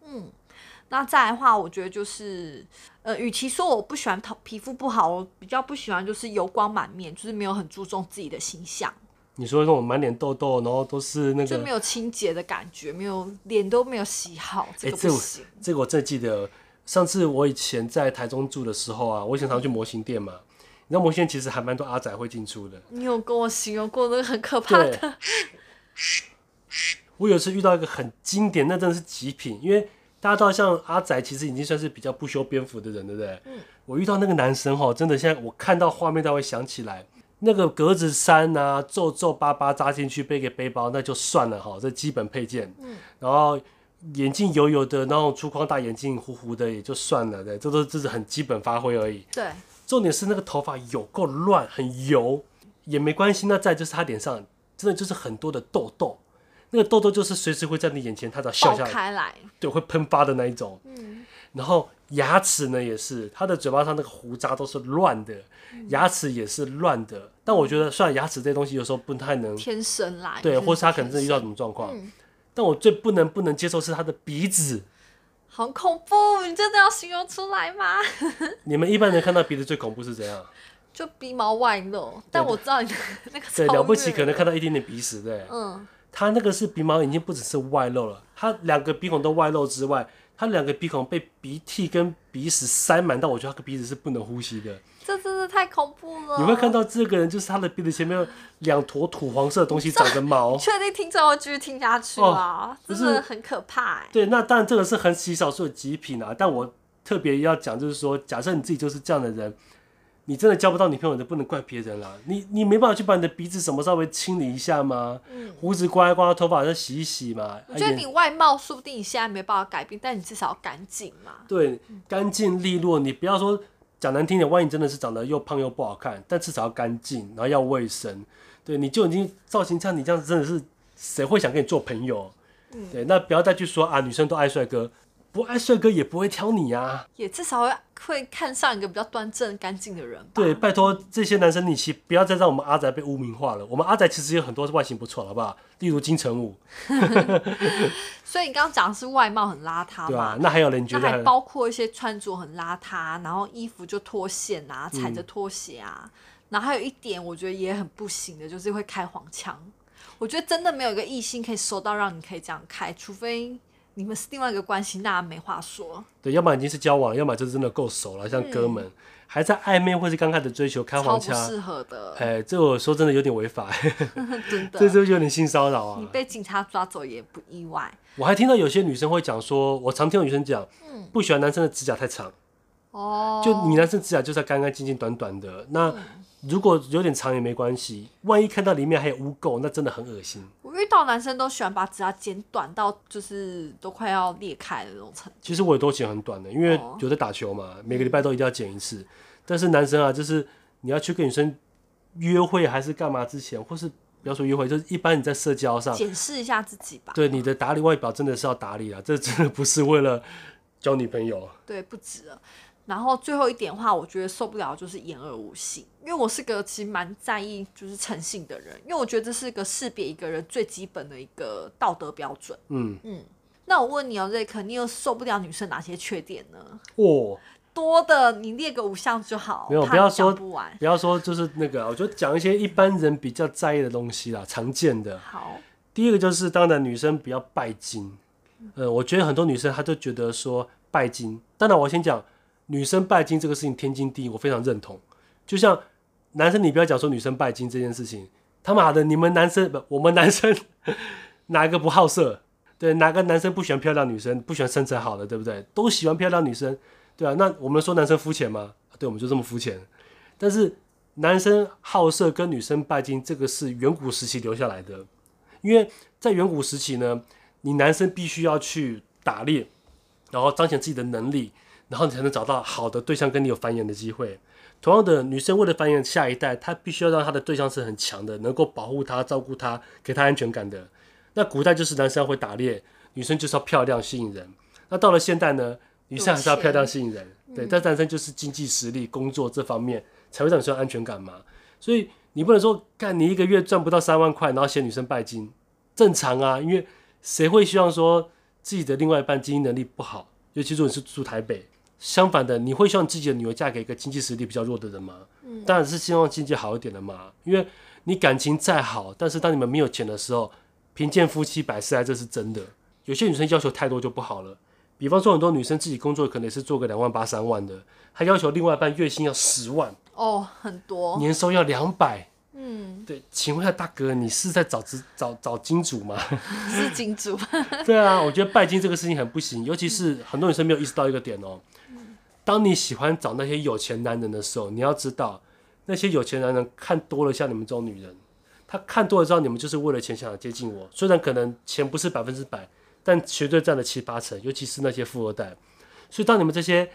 Speaker 1: 那再来的话，我觉得就是，呃，与其说我不喜欢头皮肤不好，我比较不喜欢就是油光满面，就是没有很注重自己的形象，
Speaker 2: 你说那种满脸痘痘，然后都是那
Speaker 1: 就
Speaker 2: 个
Speaker 1: 没，有清洁的感觉，没有脸都没有洗好，这个
Speaker 2: 哎这
Speaker 1: 不
Speaker 2: 我
Speaker 1: 行。
Speaker 2: 这个我真的记得，上次我以前在台中住的时候啊，我以前常去模型店嘛，你知道模型店其实还蛮多阿仔会进出的。
Speaker 1: 你有跟我形容过那个很可怕
Speaker 2: 对
Speaker 1: 的，，
Speaker 2: 我有一次遇到一个很经典，那真的是极品，因为大家知道，像阿仔其实已经算是比较不修边幅的人，对不对？
Speaker 1: 嗯
Speaker 2: 我遇到那个男生哈，真的现在我看到画面，他会想起来那个格子衫啊，皱皱巴巴扎进去背个背包，那就算了哈，这基本配件。嗯，然后。眼镜油油的，然后粗框大眼镜糊糊的也就算了，对，这都这是很基本发挥而已。
Speaker 1: 对，
Speaker 2: 重点是那个头发有够乱，很油也没关系。那再就是他脸上真的就是很多的痘痘，那个痘痘就是随时会在你眼前，他只要笑
Speaker 1: 爆
Speaker 2: 下来，
Speaker 1: 开嗯来，
Speaker 2: 对，会喷发的那一种。然后牙齿呢也是，他的嘴巴上那个胡渣都是乱的，
Speaker 1: 嗯
Speaker 2: 牙齿也是乱的。但我觉得，虽然牙齿这东西有时候不太能
Speaker 1: 天生来，
Speaker 2: 对，
Speaker 1: 就是
Speaker 2: 或是他可能真
Speaker 1: 天
Speaker 2: 的
Speaker 1: 生
Speaker 2: 遇到什么状况，
Speaker 1: 嗯
Speaker 2: 但我最不能不能接受是他的鼻子。
Speaker 1: 好恐怖，你真的要形容出来吗？
Speaker 2: 你们一般人看到鼻子最恐怖是怎样？
Speaker 1: 就鼻毛外露，但我知道 你的那个
Speaker 2: 对，
Speaker 1: 超
Speaker 2: 了不起
Speaker 1: 虐
Speaker 2: 可能看到一点点鼻屎，对。
Speaker 1: 嗯，
Speaker 2: 他那个是鼻毛已经不只是外露了，他两个鼻孔都外露之外，他两个鼻孔被鼻涕跟鼻屎塞满到，我觉得他的鼻子是不能呼吸的。
Speaker 1: 这真的太恐怖了。
Speaker 2: 你会看到这个人就是他的鼻子前面有两坨土黄色的 东西长着毛
Speaker 1: 你。确定听众会继续听下去啊？
Speaker 2: 不
Speaker 1: 真
Speaker 2: 哦是
Speaker 1: 的很可怕哎、
Speaker 2: 对，那当然这个是很极少数的极品啊，但我特别要讲就是说，假设你自己就是这样的人，你真的交不到女朋友，你不能怪别人啦。你你没办法去把你的鼻子什么稍微清理一下吗？胡子刮一刮，头发再洗一洗嘛。
Speaker 1: 嗯我觉
Speaker 2: 啊
Speaker 1: 得
Speaker 2: 眼
Speaker 1: 你外貌说不定你现在没办法改变，但你至少要干净嘛。
Speaker 2: 对，干净利落。你不要说讲难听点，万一真的是长得又胖又不好看，但至少要干净，然后要卫生。对，你就已经造型像你这样子，真的是谁会想跟你做朋友？
Speaker 1: 嗯
Speaker 2: 对，那不要再去说啊，女生都爱帅哥，不爱帅哥也不会挑你啊。
Speaker 1: 也至少会会看上一个比较端正、干净的人吧。
Speaker 2: 对，拜托这些男生，你其实不要再让我们阿宅被污名化了。我们阿宅其实有很多外形不错的，好不好？例如金城武，
Speaker 1: 所以你刚刚讲的是外貌很邋遢
Speaker 2: 对吧、啊
Speaker 1: 嘛，
Speaker 2: 那还有人，你觉
Speaker 1: 那
Speaker 2: 得还
Speaker 1: 还
Speaker 2: 有
Speaker 1: 包括一些穿着很邋遢，然后衣服就脱线啊，踩
Speaker 2: 嗯
Speaker 1: 着拖鞋啊。然后还有一点，我觉得也很不行的，就是会开黄腔。我觉得真的没有一个异性可以收到让你可以这样开，除非你们是另外一个关系，那没话说。
Speaker 2: 对，要么已经是交往了，要么就真的够熟了，像哥们，还在暧昧或是刚开始追求开
Speaker 1: 嗯超
Speaker 2: 黄
Speaker 1: 不
Speaker 2: 腔，
Speaker 1: 适合 的，
Speaker 2: 哎，这我说真的有点违法，
Speaker 1: 真
Speaker 2: 这
Speaker 1: 的。
Speaker 2: 就有点性骚扰
Speaker 1: 你
Speaker 2: 啊。
Speaker 1: 被警察抓走也不意外
Speaker 2: 我还听到有些女生会讲说，我常听到女生讲，不喜欢男生的指甲太长，
Speaker 1: 嗯哦。嗯
Speaker 2: 就你男生指甲就是要干干净净、短短的。那如果有点长也没关系，万一看到里面还有污垢，那真的很恶心。
Speaker 1: 我遇到男生都喜欢把指甲剪短到就是都快要裂开的那种程度。
Speaker 2: 其实我也都剪很短的，因为
Speaker 1: 哦嗯
Speaker 2: 有在打球嘛，每个礼拜都一定要剪一次。但是男生啊，就是你要去跟女生约会还是干嘛之前，或是不要说约会，就是一般你在社交上，
Speaker 1: 检视一下自己吧。
Speaker 2: 对你的打理外表真的是要打理啊，这真的不是为了交女朋友。哦
Speaker 1: 对，不止了。然后最后一点的话，我觉得受不了就是言而无信，因为我是个其实蛮在意就是诚信的人，因为我觉得这是个识别一个人最基本的一个道德标准。
Speaker 2: 嗯，
Speaker 1: 那我问你哦，瑞克，你有受不了女生哪些缺点呢？
Speaker 2: 哦，
Speaker 1: 多的你列个五项就好，
Speaker 2: 没有
Speaker 1: 怕
Speaker 2: 不要
Speaker 1: 你讲
Speaker 2: 说
Speaker 1: 不完。
Speaker 2: 不要说就是那个啊，我就讲一些一般人比较在意的东西啦，常见的。
Speaker 1: 好，
Speaker 2: 第一个就是，当然女生不要拜金。呃，我觉得很多女生她就觉得说拜金。当然，我先讲女生拜金这个事情天经地义，我非常认同。就像男生，你不要讲说女生拜金这件事情，他妈的，你们男生不，我们男生 哪个不好色？对，哪个男生不喜欢漂亮女生，不喜欢身材好的，对不对？都喜欢漂亮女生，对啊。那我们说男生肤浅吗？对，我们就这么肤浅。但是男生好色跟女生拜金，这个是远古时期留下来的，因为在远古时期呢，你男生必须要去打猎，然后彰显自己的能力，然后你才能找到好的对象跟你有繁衍的机会。同样的，女生为了繁衍下一代，她必须要让她的对象是很强的，能够保护她、照顾她、给她安全感的。那古代就是男生要会打猎，女生就是要漂亮吸引人。那到了现代呢，女生还是要漂亮吸引人，对，但男生就是经济实力、工作这方面才会让女生有安全感嘛。所以你不能说，干你一个月赚不到三万块，然后嫌女生拜金，正常啊，因为谁会希望说自己的另外一半经济能力不好？尤其如果你是住台北，相反的，你会希望自己的女儿嫁给一个经济实力比较弱的人吗？
Speaker 1: 嗯
Speaker 2: 当然是希望经济好一点的嘛。因为你感情再好，但是当你们没有钱的时候，贫贱夫妻百事哀，这是真的。有些女生要求太多就不好了，比方说很多女生自己工作可能也是做个两万八、三万的，还要求另外一半月薪要十万，
Speaker 1: 哦，很多，
Speaker 2: 年收要两百。
Speaker 1: 嗯，
Speaker 2: 对，请问一下大哥，你是在找资找找金主吗？
Speaker 1: 是金 主，
Speaker 2: 对啊，我觉得拜金这个事情很不行，尤其是很多女生没有意识到一个点哦。当你喜欢找那些有钱男人的时候，你要知道，那些有钱男人看多了像你们这种女人，他看多了知道你们就是为了钱想要接近我，虽然可能钱不是百分之百，但绝对占了七八成，尤其是那些富二代。所以当你们这些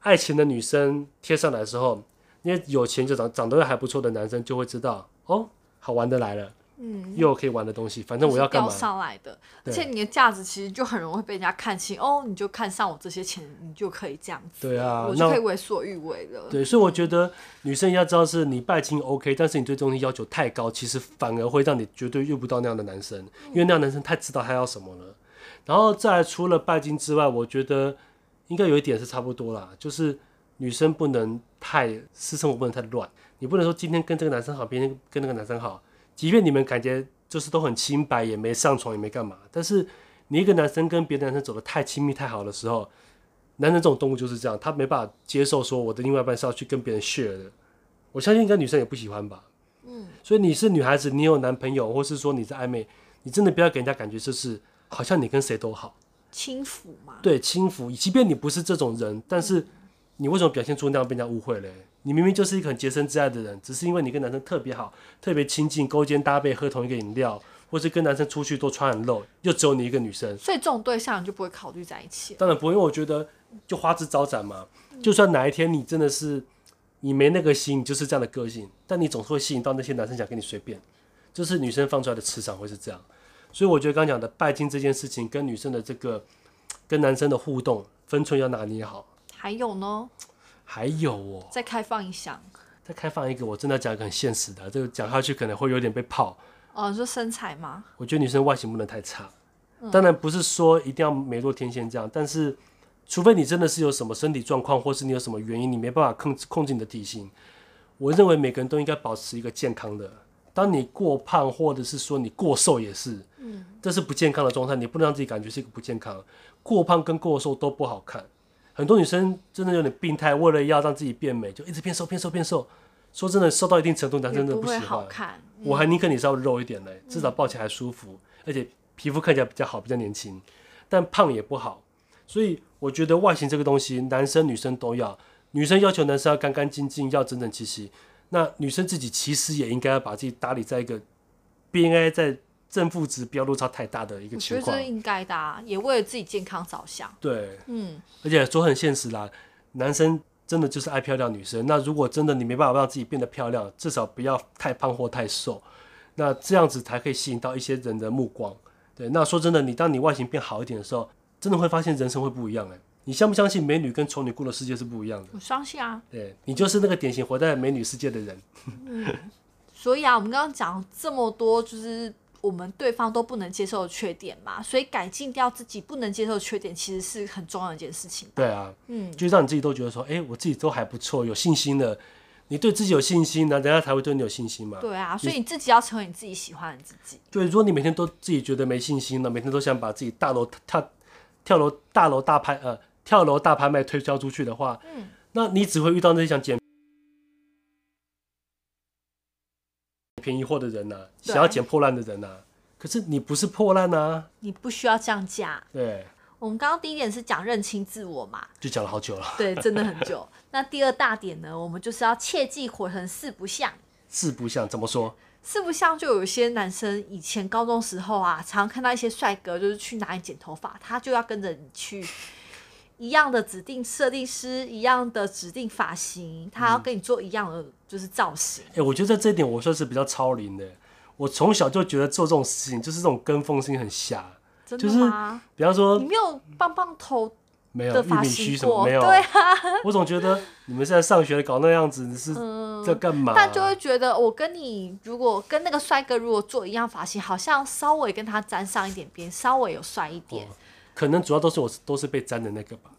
Speaker 2: 爱钱的女生贴上来的时候，那些有钱就长长得还不错的男生就会知道，哦，好玩的来了，
Speaker 1: 嗯，
Speaker 2: 又有可以玩的东西，反正我要干
Speaker 1: 钓
Speaker 2: 嘛？
Speaker 1: 上来的，而
Speaker 2: 对
Speaker 1: 且你的价值其实就很容易被人家看清，哦，你就看上我这些钱，你就可以这样子，
Speaker 2: 对啊
Speaker 1: 我
Speaker 2: 那
Speaker 1: 就可以为所欲为了，
Speaker 2: 对，所以我觉得女生要知道，是你拜金 OK，但是你对这东西要求太高，其实反而会让你绝对遇不到那样的男生，因为那样的男生太知道他要什么了。然后再来除了拜金之外，我觉得应该有一点是差不多啦，就是女生不能太私生活不能太乱，你不能说今天跟这个男生好，明天跟那个男生好，即便你们感觉就是都很清白，也没上床，也没干嘛，但是你一个男生跟别的男生走的太亲密太好的时候，男人这种动物就是这样，他没办法接受说我的另外一半是要去跟别人 share 的。我相信应该女生也不喜欢吧。嗯，所以你是女孩子，你有男朋友，或是说你在暧昧，你真的不要给人家感觉就是好像你跟谁都好，
Speaker 1: 轻浮嘛，
Speaker 2: 对，轻浮。即便你不是这种人，但是你为什么表现出那样被人家误会嘞？你明明就是一个很洁身自爱的人，只是因为你跟男生特别好，特别亲近，勾肩搭背，喝同一个饮料，或是跟男生出去都穿很露，又只有你一个女生。
Speaker 1: 所以这种对象你就不会考虑在一起了，
Speaker 2: 当然不会，因为我觉得就花枝招展嘛。就算哪一天你真的是你没那个心，你就是这样的个性，但你总是会吸引到那些男生想跟你随便，就是女生放出来的磁场会是这样。所以我觉得刚刚讲的拜金这件事情，跟女生的这个跟男生的互动分寸要拿捏好。
Speaker 1: 还有呢，
Speaker 2: 还有哦，
Speaker 1: 再开放一项，
Speaker 2: 再开放一个，我真的要讲一个很现实的，这个讲下去可能会有点被泡。
Speaker 1: 哦，你说身材吗？
Speaker 2: 我觉得女生外形不能太差，当然不是说一定要美若天仙这样，但是除非你真的是有什么身体状况，或是你有什么原因，你没办法控控制你的体型，我认为每个人都应该保持一个健康的。当你过胖，或者是说你过瘦也是，嗯，这是不健康的状态，你不能让自己感觉是一个不健康。过胖跟过瘦都不好看，很多女生真的有点病态，为了要让自己变美，就一直变瘦、变瘦、变瘦。说真的，瘦到一定程度，男
Speaker 1: 也
Speaker 2: 生真的
Speaker 1: 不会
Speaker 2: 喜
Speaker 1: 好
Speaker 2: 欢。
Speaker 1: 看，
Speaker 2: 我还宁可你稍微肉一点嘞，至少抱起来舒服，而且皮肤看起来比较好，比较年轻。但胖也不好，所以我觉得外形这个东西，男生女生都要。女生要求男生要干干净净，要整整齐齐。那女生自己其实也应该要把自己打理在一个 BNI 在正负值不要落差太大的一个
Speaker 1: 我觉得
Speaker 2: 情
Speaker 1: 这
Speaker 2: 况
Speaker 1: 是。应该的、啊，也为了自己健康着想，
Speaker 2: 对，
Speaker 1: 嗯，
Speaker 2: 而且说很现实啦，男生真的就是爱漂亮女生。那如果真的你没办法让自己变得漂亮，至少不要太胖或太瘦，那这样子才可以吸引到一些人的目光。对，那说真的，你当你外形变好一点的时候，真的会发现人生会不一样哎、你相不相信美女跟丑女过的世界是不一样的？
Speaker 1: 我相信啊。
Speaker 2: 对你就是那个典型活在美女世界的人。
Speaker 1: 所以啊，我们刚刚讲这么多，就是我们对方都不能接受的缺点嘛，所以改进掉自己不能接受的缺点，其实是很重要的一件事情。
Speaker 2: 对啊，
Speaker 1: 嗯，
Speaker 2: 就让你自己都觉得说，哎、我自己都还不错，有信心了。你对自己有信心，那人家才会对嗯你有信心嘛。
Speaker 1: 对啊，所以你自己要成为你自己喜欢的自己。
Speaker 2: 对，如果你每天都自己觉得没信心了，每天都想把自己大楼跳跳楼大楼大拍呃跳楼大拍卖推销出去的话，
Speaker 1: 嗯，
Speaker 2: 那你只会遇到那些想捡便宜货的人呐、
Speaker 1: 对
Speaker 2: 想要捡破烂的人呐、可是你不是破烂啊，
Speaker 1: 你不需要降价。
Speaker 2: 对，
Speaker 1: 我们刚刚第一点是讲认清自我嘛，
Speaker 2: 就讲了好久了，
Speaker 1: 对，真的很久。那第二大点呢，我们就是要切记活成四不像。
Speaker 2: 四不像怎么说？
Speaker 1: 四不像就有一些男生以前高中时候啊，常看到一些帅哥，就是去哪里剪头发，他就要跟着你去。一样的指定设定师，一样的指定发型，他
Speaker 2: 嗯
Speaker 1: 要跟你做一样的就是造型。
Speaker 2: 哎、我觉得在这一点我算是比较超龄的。我从小就觉得做这种事情，就是这种跟风事情很瞎。
Speaker 1: 真
Speaker 2: 就
Speaker 1: 的
Speaker 2: 是
Speaker 1: 吗？
Speaker 2: 比方说
Speaker 1: 你，没有棒棒头
Speaker 2: 没有
Speaker 1: 的
Speaker 2: 玉
Speaker 1: 发
Speaker 2: 米须
Speaker 1: 型
Speaker 2: 什么
Speaker 1: 过，
Speaker 2: 没有，
Speaker 1: 对啊，
Speaker 2: 我总觉得你们现在上学搞那样子，你是
Speaker 1: 嗯
Speaker 2: 在干嘛？
Speaker 1: 但就会觉得我跟你如果跟那个帅哥如果做一样发型，好像稍微跟他沾上一点边，稍微有帅一点，
Speaker 2: 可能主要都是我是都是被粘的那个吧。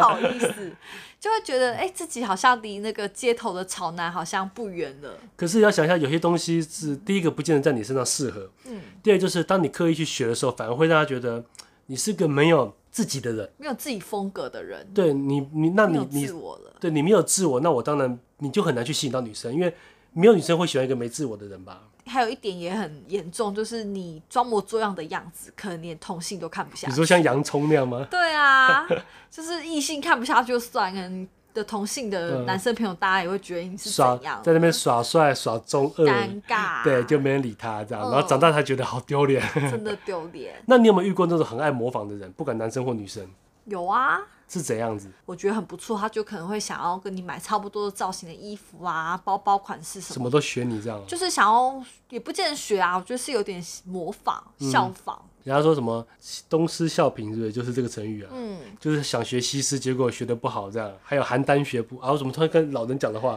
Speaker 1: 好意思，就会觉得哎、自己好像离那个街头的潮男好像不远了。
Speaker 2: 可是要想一下，有些东西是第一个不见得在你身上适合，
Speaker 1: 嗯，
Speaker 2: 第二就是当你刻意去学的时候，反而会让他觉得你是个没有自己的人。
Speaker 1: 没有自己风格的人，
Speaker 2: 对你，你那
Speaker 1: 没
Speaker 2: 你
Speaker 1: 有
Speaker 2: 你
Speaker 1: 自我了。
Speaker 2: 对你没有自我，那我当然你就很难去吸引到女生，因为没有女生会喜欢一个没自我的 人吧？
Speaker 1: 还有一点也很严重，就是你装模作样的样子，可能连同性都看不下
Speaker 2: 你
Speaker 1: 去。
Speaker 2: 说像洋葱那 样吗？
Speaker 1: 对啊，就是异性看不下去就算，可能的同性的
Speaker 2: 嗯
Speaker 1: 男生朋友，大家也会觉得你是
Speaker 2: 耍
Speaker 1: 怎样
Speaker 2: 在那边耍帅耍中二，
Speaker 1: 尴尬，
Speaker 2: 对，就没人理他这样，然后
Speaker 1: 嗯
Speaker 2: 长大他觉得好丢脸。
Speaker 1: 真的丢脸。
Speaker 2: 那你有没有遇过那种很爱模仿的人，不管男生或女生
Speaker 1: 有啊，
Speaker 2: 是怎样子？
Speaker 1: 我觉得很不错，他就可能会想要跟你买差不多的造型的衣服啊、包包款式什
Speaker 2: 什
Speaker 1: 么，
Speaker 2: 么都学你这样啊？
Speaker 1: 就是想要也不见得学啊，我觉得是有点模仿、
Speaker 2: 嗯
Speaker 1: 效仿。
Speaker 2: 人家说什么东施效颦，是不是就是这个成语啊？
Speaker 1: 嗯，
Speaker 2: 就是想学西施，结果学的不好，这样。还有邯郸学步啊，我怎么突然跟老人讲的话？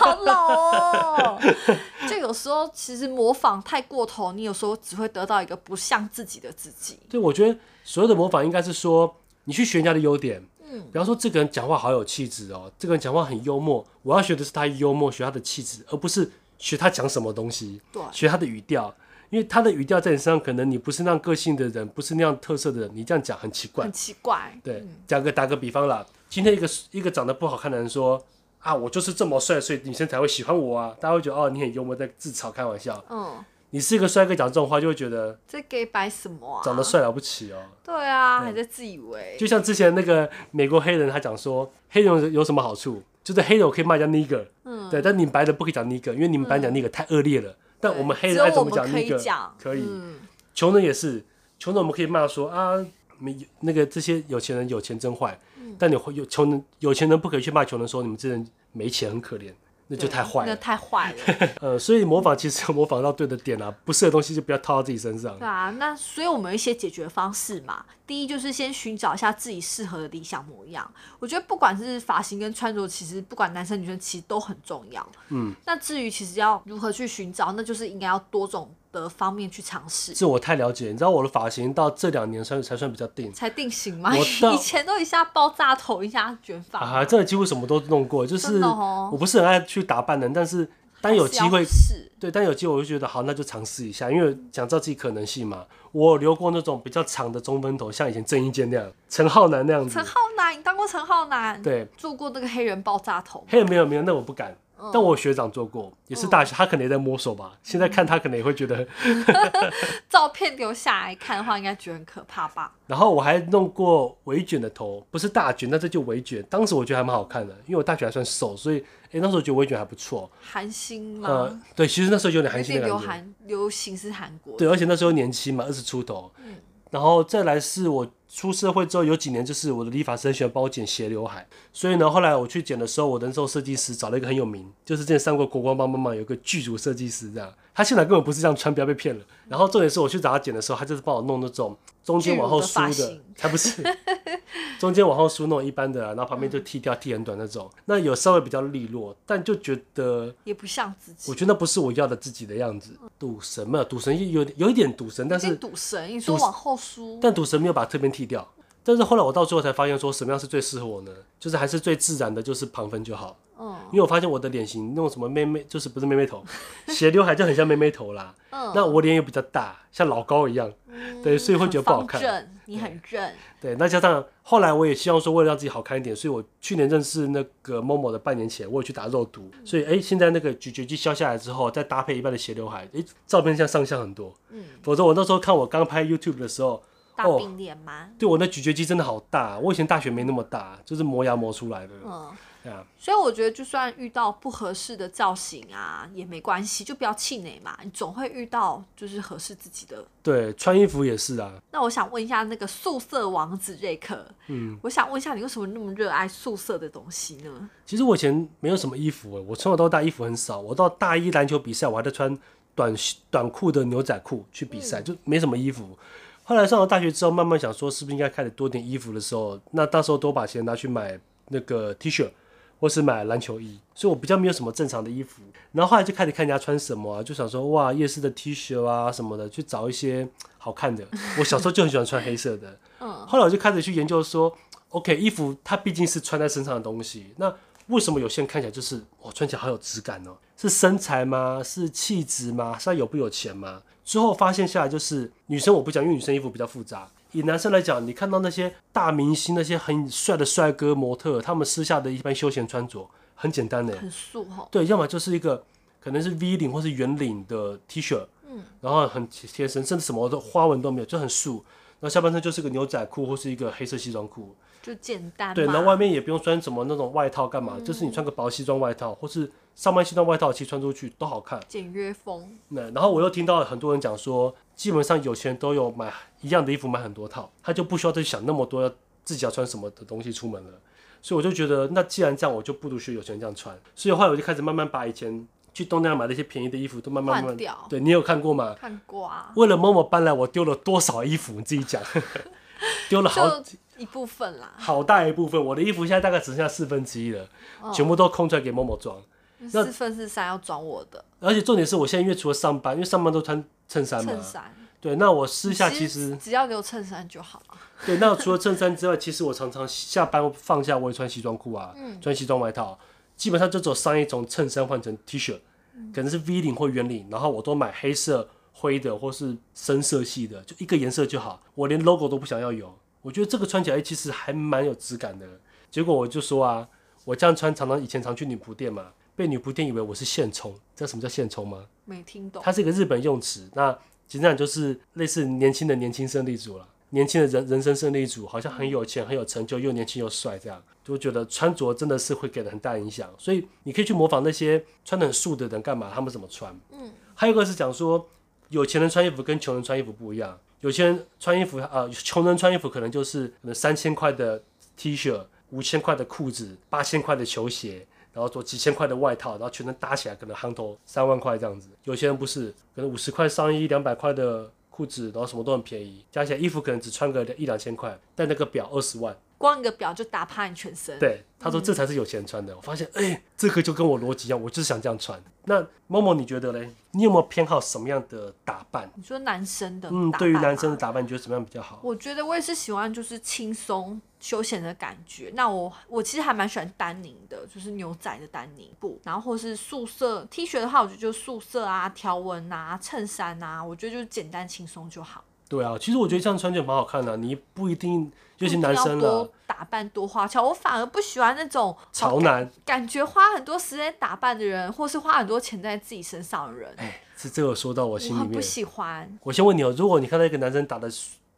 Speaker 1: 好老哦。就有时候其实模仿太过头，你有时候只会得到一个不像自己的自己。
Speaker 2: 对，我觉得所有的模仿应该是说，你去学人家的优点，
Speaker 1: 嗯
Speaker 2: 比方说这个人讲话好有气质哦，这个人讲话很幽默，我要学的是他幽默，学他的气质，而不是学他讲什么东西，
Speaker 1: 对
Speaker 2: 学他的语调，因为他的语调在你身上，可能你不是那样个性的人，不是那样特色的人，你这样讲很奇怪
Speaker 1: 很。奇怪。
Speaker 2: 对，讲个打个比方啦，今天一个一个长得不好看的人说啊，我就是这么帅，所以女生才会喜欢我啊，大家会觉得哦，你很幽默，在自嘲开玩笑。
Speaker 1: 嗯，
Speaker 2: 你是一个帅哥讲这种话，就会觉得
Speaker 1: 这 gay 白什么啊？
Speaker 2: 长得帅了不起哦。
Speaker 1: 对啊，还在自以为。
Speaker 2: 就像之前那个美国黑人，他讲说黑人有什么好处，就是黑人我可以骂人家 nigger，、
Speaker 1: 嗯，
Speaker 2: 对，但你们白人不可以讲 nigger，因为你们白人讲 nigger 太恶劣了。但我们黑
Speaker 1: 只有
Speaker 2: 人爱怎
Speaker 1: 我
Speaker 2: 么
Speaker 1: 们
Speaker 2: 讲
Speaker 1: 可以
Speaker 2: nigger，
Speaker 1: 讲，
Speaker 2: 可以。
Speaker 1: 嗯
Speaker 2: 穷人也是，穷人我们可以骂说啊，没那个这些有钱人有钱真坏，
Speaker 1: 嗯
Speaker 2: 但你会有穷人有钱人不可以去骂穷人说你们这人没钱很可怜，那就
Speaker 1: 对
Speaker 2: 太坏
Speaker 1: 那
Speaker 2: 了。
Speaker 1: 太坏了。
Speaker 2: 呃，所以模仿其实要模仿到对的点啊，不是的东西就不要套到自己身上
Speaker 1: 对。啊，那所以我们有一些解决方式嘛。第一就是先寻找一下自己适合的理想模样。我觉得不管是发型跟穿着，其实不管男生女生，其实都很重要。
Speaker 2: 嗯，
Speaker 1: 那至于其实要如何去寻找，那就是应该要多种的方面去尝试，
Speaker 2: 是我太了解，你知道我的发型到这两年算才算比较定
Speaker 1: 才定型嘛。
Speaker 2: 我 到
Speaker 1: 以前都一下爆炸头，一下卷发，
Speaker 2: 啊，真的几乎什么都弄过，就是
Speaker 1: 真的哦
Speaker 2: 我不是很爱去打扮人，但是当有机
Speaker 1: 还是要
Speaker 2: 会
Speaker 1: 试。
Speaker 2: 对，但有机会我就觉得好，那就尝试一下，因为想知道自己可能性嘛。我有留过那种比较长的中分头，像以前郑伊健那样，陈浩南那样子
Speaker 1: 陈。浩南，你当过陈浩南？
Speaker 2: 对，
Speaker 1: 做过那个黑人爆炸头吗？
Speaker 2: 嘿，没有没有，那我不敢。
Speaker 1: 嗯
Speaker 2: 但我学长做过，也是大学，他可能也在摸索吧。现在看他可能也会觉得。
Speaker 1: 照片留下来看的话，应该觉得很可怕吧？
Speaker 2: 然后我还弄过微卷的头，不是大卷，但这就微卷。当时我觉得还蛮好看的，因为我大学还算瘦，所以诶，那时候觉得微卷还不错。
Speaker 1: 韩星吗？
Speaker 2: 呃，对，其实那时候有点韩
Speaker 1: 有
Speaker 2: 星
Speaker 1: 点
Speaker 2: 的
Speaker 1: 流
Speaker 2: 感觉。
Speaker 1: 韩流行是韩国的，
Speaker 2: 对，而且那时候年轻嘛，二十出头。
Speaker 1: 嗯
Speaker 2: 然后再来是我出社会之后有几年，就是我的理发师很喜欢帮我剪斜刘海，所以呢，后来我去剪的时候，我的那时候设计师找了一个很有名，就是之前上过国光帮帮忙有一个剧组设计师这样，他现在根本不是这样穿，不要被骗了。然后重点是我去找他剪的时候，他就是帮我弄那种中间往后梳
Speaker 1: 巨乳的发
Speaker 2: 的
Speaker 1: 型，
Speaker 2: 才不是， 中间往后梳那种一般的啊、然后旁边就剃掉剃很短那种，那有稍微比较利落，但就觉得
Speaker 1: 也不像自己。
Speaker 2: 我觉得那不是我要的自己的样子。赌神嘛，赌神有有一点赌神，但
Speaker 1: 是
Speaker 2: 是
Speaker 1: 赌神，你说往后梳，
Speaker 2: 但赌神没有把这边剃掉。但是后来我到最后才发现，说什么样是最适合我呢？就是还是最自然的，就是旁分就好。
Speaker 1: 嗯
Speaker 2: 因为我发现我的脸型那种什么妹妹，就是不是妹 妹头，斜刘海就很像妹妹头啦。
Speaker 1: 嗯，
Speaker 2: 那我脸又比较大，像老高一样。对所以会觉得不好看
Speaker 1: 很方正，你很正，
Speaker 2: 对，那加上后来我也希望说，为了让自己好看一点，所以我去年认识那个某某的半年前，我也去打肉毒，
Speaker 1: 嗯
Speaker 2: 所以哎、诶现在那个咀嚼肌消下来之后，再搭配一半的斜刘海，哎、照片像上相很多。
Speaker 1: 嗯，
Speaker 2: 否则我那时候看我刚拍 YouTube 的时候，
Speaker 1: 大
Speaker 2: 哦
Speaker 1: 饼脸吗？
Speaker 2: 对我那咀嚼肌真的好大，我以前大学没那么大，就是磨牙磨出来的。
Speaker 1: 嗯，
Speaker 2: 对啊，
Speaker 1: 所以我觉得就算遇到不合适的造型啊，也没关系，就不要气馁嘛，你总会遇到就是合适自己的。
Speaker 2: 对，穿衣服也是啊，
Speaker 1: 那我想问一下那个素色王子瑞克，
Speaker 2: 嗯，
Speaker 1: 我想问一下你为什么那么热爱素色的东西呢？
Speaker 2: 其实我以前没有什么衣服、诶我从小到大衣服很少。我到大一篮球比赛，我还在穿短袖短裤的牛仔裤去比赛，就没什么衣服。后来上了大学之后，慢慢想说是不是应该开始多点衣服的时候，那到时候多把钱拿去买那个 T 恤，或是买篮球衣，所以我比较没有什么正常的衣服。然后后来就开始看人家穿什么啊，就想说哇，夜市的 T 恤啊什么的，去找一些好看的。我小时候就很喜欢穿黑色的，
Speaker 1: 嗯
Speaker 2: 后来我就开始去研究说，OK，衣服它毕竟是穿在身上的东西，那为什么有些人看起来就是哇，穿起来好有质感哦？是身材吗？是气质吗？是他有不有钱吗？之后发现下来就是女生我不讲，因为女生衣服比较复杂。以男生来讲，你看到那些大明星、那些很帅的帅哥模特，他们私下的一般休闲穿着很简单的，
Speaker 1: 很素吼，
Speaker 2: 对，要么就是一个可能是 V 领或是圆领的 T 恤，
Speaker 1: 嗯，
Speaker 2: 然后很贴身，甚至什么的花纹都没有，就很素。然后下半身就是个牛仔裤或是一个黑色西装裤，
Speaker 1: 就简单嘛。嗯
Speaker 2: 对，然后外面也不用穿什么那种外套干嘛，就是你穿个薄西装外套或是上半西装外套，其实穿出去都好看。
Speaker 1: 简约风，
Speaker 2: 那然后我又听到很多人讲说，基本上有钱人都有买一样的衣服买很多套，他就不需要再想那么多自己要穿什么的东西出门了。所以我就觉得，那既然这样，我就不如学有钱人这样穿。所以后来我就开始慢慢把以前去东南亚买的一些便宜的衣服都慢慢慢
Speaker 1: 换
Speaker 2: 慢
Speaker 1: 掉
Speaker 2: 对你有看过吗？
Speaker 1: 看过啊，
Speaker 2: 为了某某搬来，我丢了多少衣服？你自 己讲，丢了好
Speaker 1: 就一部分啦。
Speaker 2: 好大一部分。我的衣服现在大概只剩下四分之一了，
Speaker 1: 嗯
Speaker 2: 全部都空出来给某某装。那
Speaker 1: 四分之三要装我的
Speaker 2: 而且重点是我现在因为除了上班，因为上班都穿衬衫嘛，
Speaker 1: 衬衫，
Speaker 2: 对，那我私下其实
Speaker 1: 只要给我衬衫就好了。
Speaker 2: 对，那除了衬衫之外，其实我常常下班放下我也穿西装裤啊，穿西装外套，基本上就走上一种衬衫换成 T 恤，可能是 V 领或圆领，然后我都买黑色、灰的或是深色系的，就一个颜色就好，我连 logo 都不想要有。我觉得这个穿起来其实还蛮有质感的。结果我就说啊，我这样穿常常以前常去女仆店嘛，被女仆店以为我是现充，知道什么叫现充吗？
Speaker 1: 没听懂，
Speaker 2: 它是一个日本用词，那简单讲就是类似年轻的年轻胜利组了，年轻的人人生胜利组，好像很有钱、很有成就，又年轻又帅，这样就会觉得穿着真的是会给人很大影响，所以你可以去模仿那些穿的很素的人干嘛，他们怎么穿。
Speaker 1: 嗯，
Speaker 2: 还有一个是讲说，有钱人穿衣服跟穷人穿衣服不一样，有钱人穿衣服啊，穷人穿衣服可能就是可能三千块的 T 恤，五千块的裤子，八千块的球鞋，然后做几千块的外套，然后全身搭起来可能行头三万块这样子。有些人不是，可能五十块上衣，两百块的裤子，然后什么都很便宜，加起来衣服可能只穿个一两千块，但那个表二十万。
Speaker 1: 光一个表就打趴你全身。
Speaker 2: 对，他说这才是有钱人穿的。我发现，哎、这个就跟我逻辑一样，我就是想这样穿。那某某，你觉得嘞？你有没有偏好什么样的打扮？
Speaker 1: 你说男生的打扮啊
Speaker 2: 嗯
Speaker 1: 吗，，
Speaker 2: 对于男生的打扮，你觉得什么样比较好？
Speaker 1: 我觉得我也是喜欢就是轻松休闲的感觉。那我我其实还蛮喜欢丹宁的，就是牛仔的丹宁布，然后或是素色 T 恤的话，我觉得就素色啊、条纹啊、衬衫啊，我觉得就是简单轻松就好。
Speaker 2: 对啊，其实我觉得这样穿就蛮好看的、啊你不一定，
Speaker 1: 不
Speaker 2: 尤其
Speaker 1: 一定
Speaker 2: 男
Speaker 1: 要嗯
Speaker 2: 生啊了、
Speaker 1: 多打扮多花俏，我反而不喜欢那种
Speaker 2: 潮男，
Speaker 1: 感觉花很多时间打扮的人，或是花很多钱在自己身上的人，
Speaker 2: 哎，是这个说到我心
Speaker 1: 我
Speaker 2: 里
Speaker 1: 很不
Speaker 2: 面。
Speaker 1: 喜欢。
Speaker 2: 我先问你哦，如果你看到一个男生打的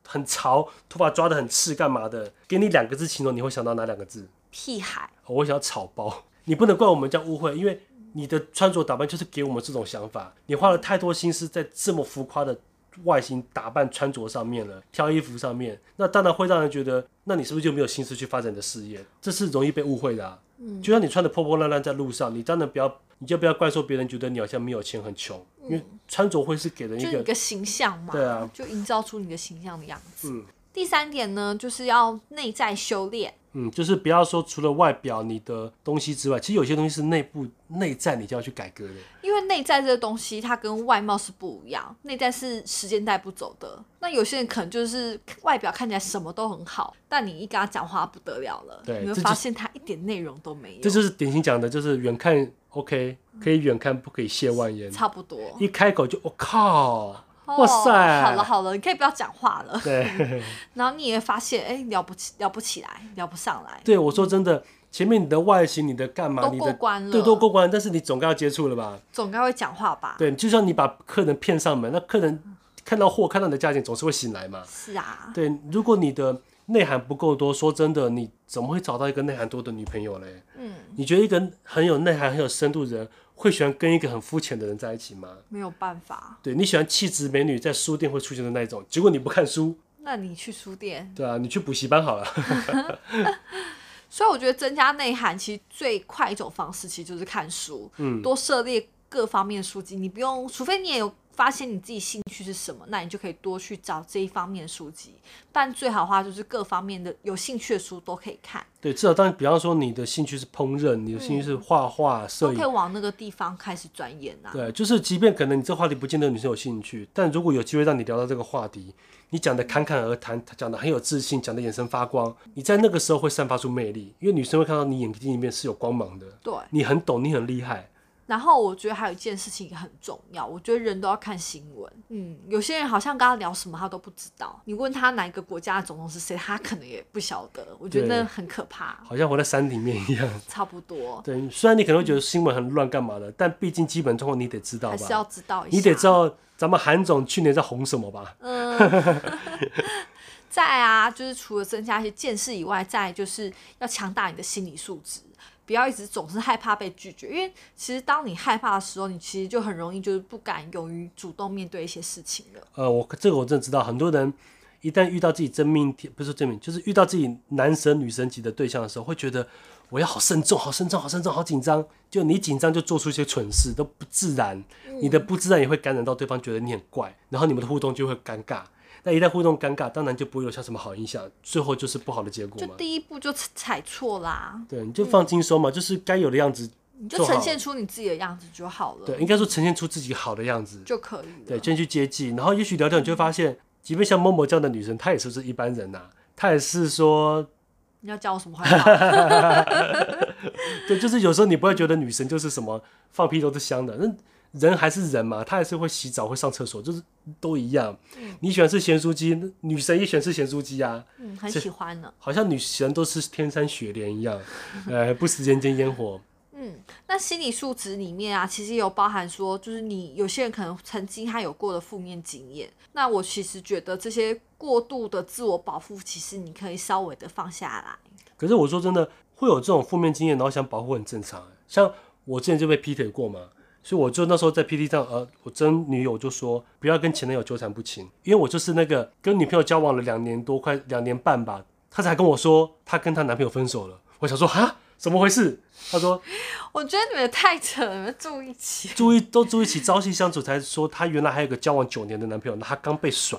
Speaker 2: 很潮，头发抓的很刺，干嘛的？给你两个字形容，你会想到哪两个字？
Speaker 1: 屁孩，
Speaker 2: 我会想要草包。 你不能怪我们这样误会，因为你的穿着打扮就是给我们这种想法。你花了太多心思在这么浮夸的外形、打扮、穿着上面了，挑衣服上面，那当然会让人觉得，那你是不是就没有心思去发展你的事业？这是容易被误会的、啊。嗯，就像你穿的破破烂烂在路上，你当然不要，你就不要怪说别人觉得你好像没有钱、很穷，因为穿着会是给
Speaker 1: 嗯
Speaker 2: 人
Speaker 1: 就
Speaker 2: 一
Speaker 1: 你
Speaker 2: 个
Speaker 1: 的形象嘛，
Speaker 2: 对啊
Speaker 1: 就营造出你的形象的样子。
Speaker 2: 嗯
Speaker 1: 第三点呢，就是要内在修炼。
Speaker 2: 嗯，就是不要说除了外表你的东西之外，其实有些东西是内部内在你就要去改革的。
Speaker 1: 因为内在这个东西，它跟外貌是不一样，内在是时间带不走的。那有些人可能就是外表看起来什么都很好，但你一跟他讲话不得了了，
Speaker 2: 对
Speaker 1: 你会
Speaker 2: 这就
Speaker 1: 发现他一点内容都没有，
Speaker 2: 这就是典型讲的，就是远看 OK，可以远看，不可以亵玩焉。
Speaker 1: 差不多。
Speaker 2: 一开口就我、靠，
Speaker 1: 哦
Speaker 2: 哇塞
Speaker 1: 好了好了，你可以不要讲话了。
Speaker 2: 对
Speaker 1: 然后你也发现，哎，聊不起，聊不起来，聊不上来，
Speaker 2: 对，我说真的，前面你的外形、你的干嘛、
Speaker 1: 都
Speaker 2: 你
Speaker 1: 过
Speaker 2: 的
Speaker 1: 关了，
Speaker 2: 对都过关，但是你总该要接触了吧？
Speaker 1: 总该会讲话吧？
Speaker 2: 对，就算你把客人骗上门，那客人看到货、看到你的价钱，总是会醒来嘛。
Speaker 1: 是啊，
Speaker 2: 对，如果你的内涵不够多，说真的，你怎么会找到一个内涵多的女朋友嘞？
Speaker 1: 嗯，
Speaker 2: 你觉得一个很有内涵、很有深度的人，会喜欢跟一个很肤浅的人在一起吗？
Speaker 1: 没有办法。
Speaker 2: 对你喜欢气质美女在书店会出现的那一种，结果你不看书，
Speaker 1: 那你去书店，
Speaker 2: 对啊，你去补习班好了。
Speaker 1: 所以我觉得增加内涵，其实最快一种方式，其实就是看书，
Speaker 2: 嗯，
Speaker 1: 多涉猎各方面的书籍。你不用，除非你也有发现你自己兴趣是什么，那你就可以多去找这一方面的书籍。但最好的话就是各方面的有兴趣的书都可以看，
Speaker 2: 对，至少当比方说你的兴趣是烹饪，你的兴趣是画画、摄
Speaker 1: 都
Speaker 2: 影
Speaker 1: 可以，往那个地方开始钻研啊。
Speaker 2: 对，就是即便可能你这话题不见得女生有兴趣，但如果有机会让你聊到这个话题，你讲的侃侃而谈，讲的很有自信，讲的眼神发光，你在那个时候会散发出魅力，因为女生会看到你眼睛里面是有光芒的，
Speaker 1: 对，
Speaker 2: 你很懂，你很厉害。
Speaker 1: 然后我觉得还有一件事情也很重要，我觉得人都要看新闻。嗯，有些人好像跟他聊什么他都不知道，你问他哪一个国家的总统是谁，他可能也不晓得。我觉得
Speaker 2: 对
Speaker 1: 那很可怕，
Speaker 2: 好像活在山里面一 样，
Speaker 1: 差不多
Speaker 2: 对。虽然你可能会觉得新闻很乱干嘛的，但毕竟基本状况你得知道
Speaker 1: 还是要
Speaker 2: 吧，
Speaker 1: 知道一下。
Speaker 2: 你得知道咱们韩总去年在红什么吧？
Speaker 1: 嗯，再啊，就是除了增加一些见识以外，再来就是要强大你的心理素质，不要一直总是害怕被拒绝，因为其实当你害怕的时候，你其实就很容易就是不敢勇于主动面对一些事情了。
Speaker 2: 呃，我这个我真的知道，很多人一旦遇到自己真命天，不是真命，就是遇到自己男神女神级的对象的时候，会觉得我要好慎重，好慎重，好慎重，好紧张。就你紧张就做出一些蠢事，都不自然，你的不自然也会感染到对方，觉得你很怪，然后你们的互动就会尴尬。那一旦互动尴尬，当然就不会留下什么好印象，最后就是不好的结果
Speaker 1: 就
Speaker 2: 嘛。
Speaker 1: 第一步就踩错啦，
Speaker 2: 对，你就放轻松嘛，就是该有的样子。
Speaker 1: 你就
Speaker 2: 做好
Speaker 1: 呈现出你自己的样子就好了，
Speaker 2: 对，应该说呈现出自己好的样子。
Speaker 1: 就可以了。
Speaker 2: 对，先去接济，然后也许聊聊，你就会发现，即便像某某这样的女生，她也是不是一般人呐、啊她也是说，
Speaker 1: 你要教我什么坏 话？
Speaker 2: 对，就是有时候你不会觉得女生就是什么放屁都是香的，那人还是人嘛，她还是会洗澡、会上厕所，就是都一样。你喜欢吃咸酥鸡，那女神也喜欢吃咸酥鸡啊，
Speaker 1: 嗯，很喜欢呢。
Speaker 2: 好像女神都是天山雪莲一样，呃，不食人间烟火。
Speaker 1: 嗯，那心理素质里面啊，其实有包含说，就是你有些人可能曾经他有过的负面经验。那我其实觉得这些过度的自我保护，其实你可以稍微的放下来。
Speaker 2: 可是我说真的，会有这种负面经验，然后想保护很正常。像我之前就被劈腿过嘛，所以我就那时候在 PT 上，呃，我真女友就说不要跟前男友纠缠不清，因为我就是那个跟女朋友交往了两年多，快两年半吧，她才跟我说她跟她男朋友分手了。我想说哈，怎么回事？她说
Speaker 1: 我觉得你们太扯了，你们住一起。
Speaker 2: 住一都住一起朝夕相处，才说她原来还有个交往九年的男朋友，那她刚被甩，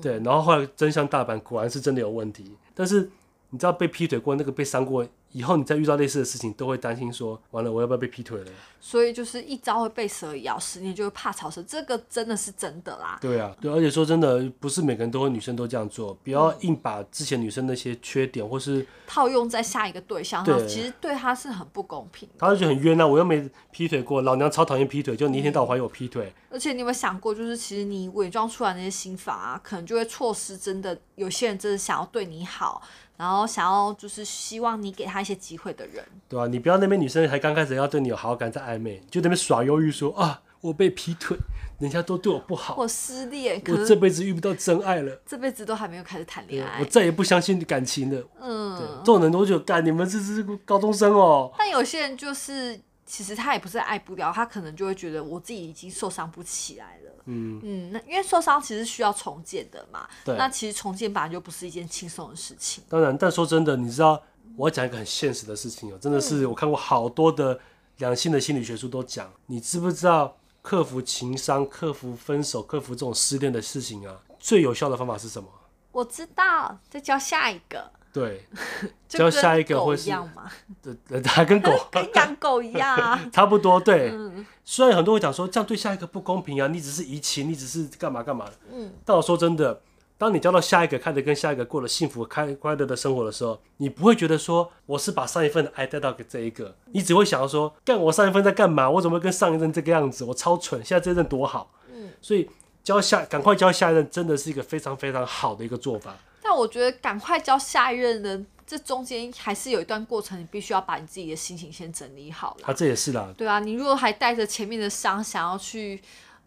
Speaker 2: 对，然后后来真相大白，果然是真的有问题。但是你知道被劈腿过那个被伤过，以后你再遇到类似的事情，都会担心说，完了我要不要被劈腿了？
Speaker 1: 所以就是一朝会被蛇咬，十年就会怕草绳，这个真的是真的啦。
Speaker 2: 对啊，对，而且说真的，不是每个人都会，女生都这样做，不要硬把之前女生那些缺点，或是
Speaker 1: 套用在下一个对象上，
Speaker 2: 对
Speaker 1: 其实对他是很不公平的。
Speaker 2: 她就觉得很冤啊，我又没劈腿过，老娘超讨厌劈腿，就你一天到晚怀疑我劈腿，
Speaker 1: 而且你有没有想过，就是其实你伪装出来那些心法啊，可能就会错失真的有些人真的想要对你好，然后想要就是希望你给他一些机会的人。
Speaker 2: 对吧、你不要那边女生还刚开始要对你有好感，在暧昧，就那边耍忧郁说啊，我被劈腿，人家都对我不好。
Speaker 1: 我失恋，可
Speaker 2: 我这
Speaker 1: 是
Speaker 2: 辈子遇不到真爱了，
Speaker 1: 这辈子都还没有开始谈恋
Speaker 2: 我
Speaker 1: 爱。
Speaker 2: 再也不相信感情了。对，
Speaker 1: 嗯，
Speaker 2: 这种人我就干，你们这是高中生哦。
Speaker 1: 但有些人就是其实他也不是爱不了，他可能就会觉得我自己已经受伤不起来了。
Speaker 2: 嗯，
Speaker 1: 嗯，那因为受伤其实需要重建的嘛。
Speaker 2: 对
Speaker 1: 那其实重建本来就不是一件轻松的事情。
Speaker 2: 当然，但说真的，你知道，我要讲一个很现实的事情哦，真的
Speaker 1: 嗯
Speaker 2: 是我看过好多的两性的心理学书都讲，你知不知道克服情商、克服分手、克服这种失恋的事情啊，最有效的方法是什么？
Speaker 1: 我知道，再教下一个。
Speaker 2: 对，
Speaker 1: 就
Speaker 2: 就要
Speaker 1: 跟
Speaker 2: 下一个
Speaker 1: 狗
Speaker 2: 会
Speaker 1: 一
Speaker 2: 是
Speaker 1: 样嘛，
Speaker 2: 呃呃还跟狗
Speaker 1: 跟养狗一样 啊。
Speaker 2: 差不多，对。
Speaker 1: 嗯
Speaker 2: 虽然很多人会讲说这样对下一个不公平啊，你只是移情，你只是干嘛干嘛的，
Speaker 1: 嗯，
Speaker 2: 但我说真的，当你交到下一个，开始跟下一个过了幸福、开快乐的生活的时候，你不会觉得说我是把上一份的爱带到给这一个，你只会想要说，干我上一份在干嘛？我怎么会跟上一任这个样子？我超蠢，现在这任多好。
Speaker 1: 嗯，
Speaker 2: 所以交下，赶快交下一任，真的是一个非常非常好的一个做法。
Speaker 1: 但我觉得赶快教下一任的，这中间还是有一段过程，你必须要把你自己的心情先整理好
Speaker 2: 啊，
Speaker 1: 了。
Speaker 2: 这也是啦，
Speaker 1: 对啊，你如果还带着前面的伤，想要去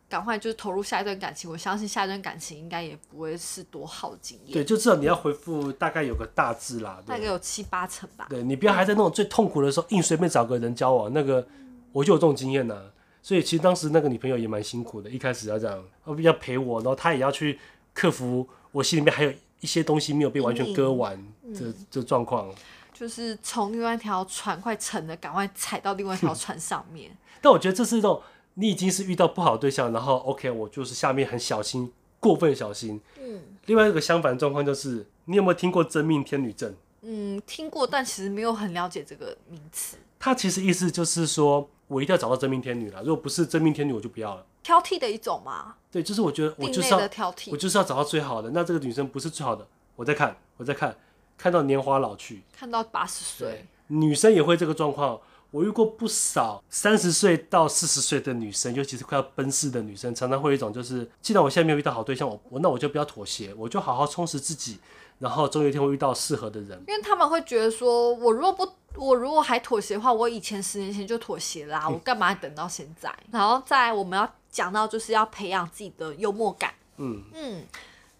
Speaker 1: 赶快就是投入下一段感情，我相信下一段感情应该也不会是多好的经
Speaker 2: 对，
Speaker 1: 验，
Speaker 2: 就至少你要回复大概有个大致啦，
Speaker 1: 大概
Speaker 2: 对，
Speaker 1: 有七八成吧。
Speaker 2: 对你不要还在那种最痛苦的时候硬随便找个人交往，那个我就有这种经验呐、所以其实当时那个女朋友也蛮辛苦的，一开始要这样，要要陪我，然后她也要去克服我心里面还有一些东西没有被完全割完这这状况。
Speaker 1: 就是从另外一条船快沉了，赶快踩到另外一条船上面。
Speaker 2: 但我觉得这是一种你已经是遇到不好的对象，然后 OK，我就是下面很小心，过分小心。
Speaker 1: 嗯
Speaker 2: 另外一个相反的状况就是，你有没有听过真命天女症？
Speaker 1: 嗯，听过，但其实没有很了解这个名词。
Speaker 2: 它其实意思就是说我一定要找到真命天女啦，如果不是真命天女，我就不要了。
Speaker 1: 挑剔的一种嘛，
Speaker 2: 对，就是我觉得我
Speaker 1: 另
Speaker 2: 就
Speaker 1: 类
Speaker 2: 是要
Speaker 1: 的挑
Speaker 2: 我
Speaker 1: 剔，
Speaker 2: 就是要找到最好的。那这个女生不是最好的，我在看，我在看，看到年华老去。
Speaker 1: 看到八十岁，，
Speaker 2: 女生也会这个状况。我遇过不少三十岁到四十岁的女生，尤其是快要奔四的女生，常常会有一种就是，既然我现在没有遇到好对象，我我那我就不要妥协，我就好好充实自己，然后总有一天会遇到适合的人。
Speaker 1: 因为他们会觉得说，我如果不，我如果还妥协的话，我以前十年前就妥协啦、
Speaker 2: 嗯
Speaker 1: 我干嘛等到现在？然后再来我们要讲到就是要培养自己的幽默感，
Speaker 2: 嗯，
Speaker 1: 嗯，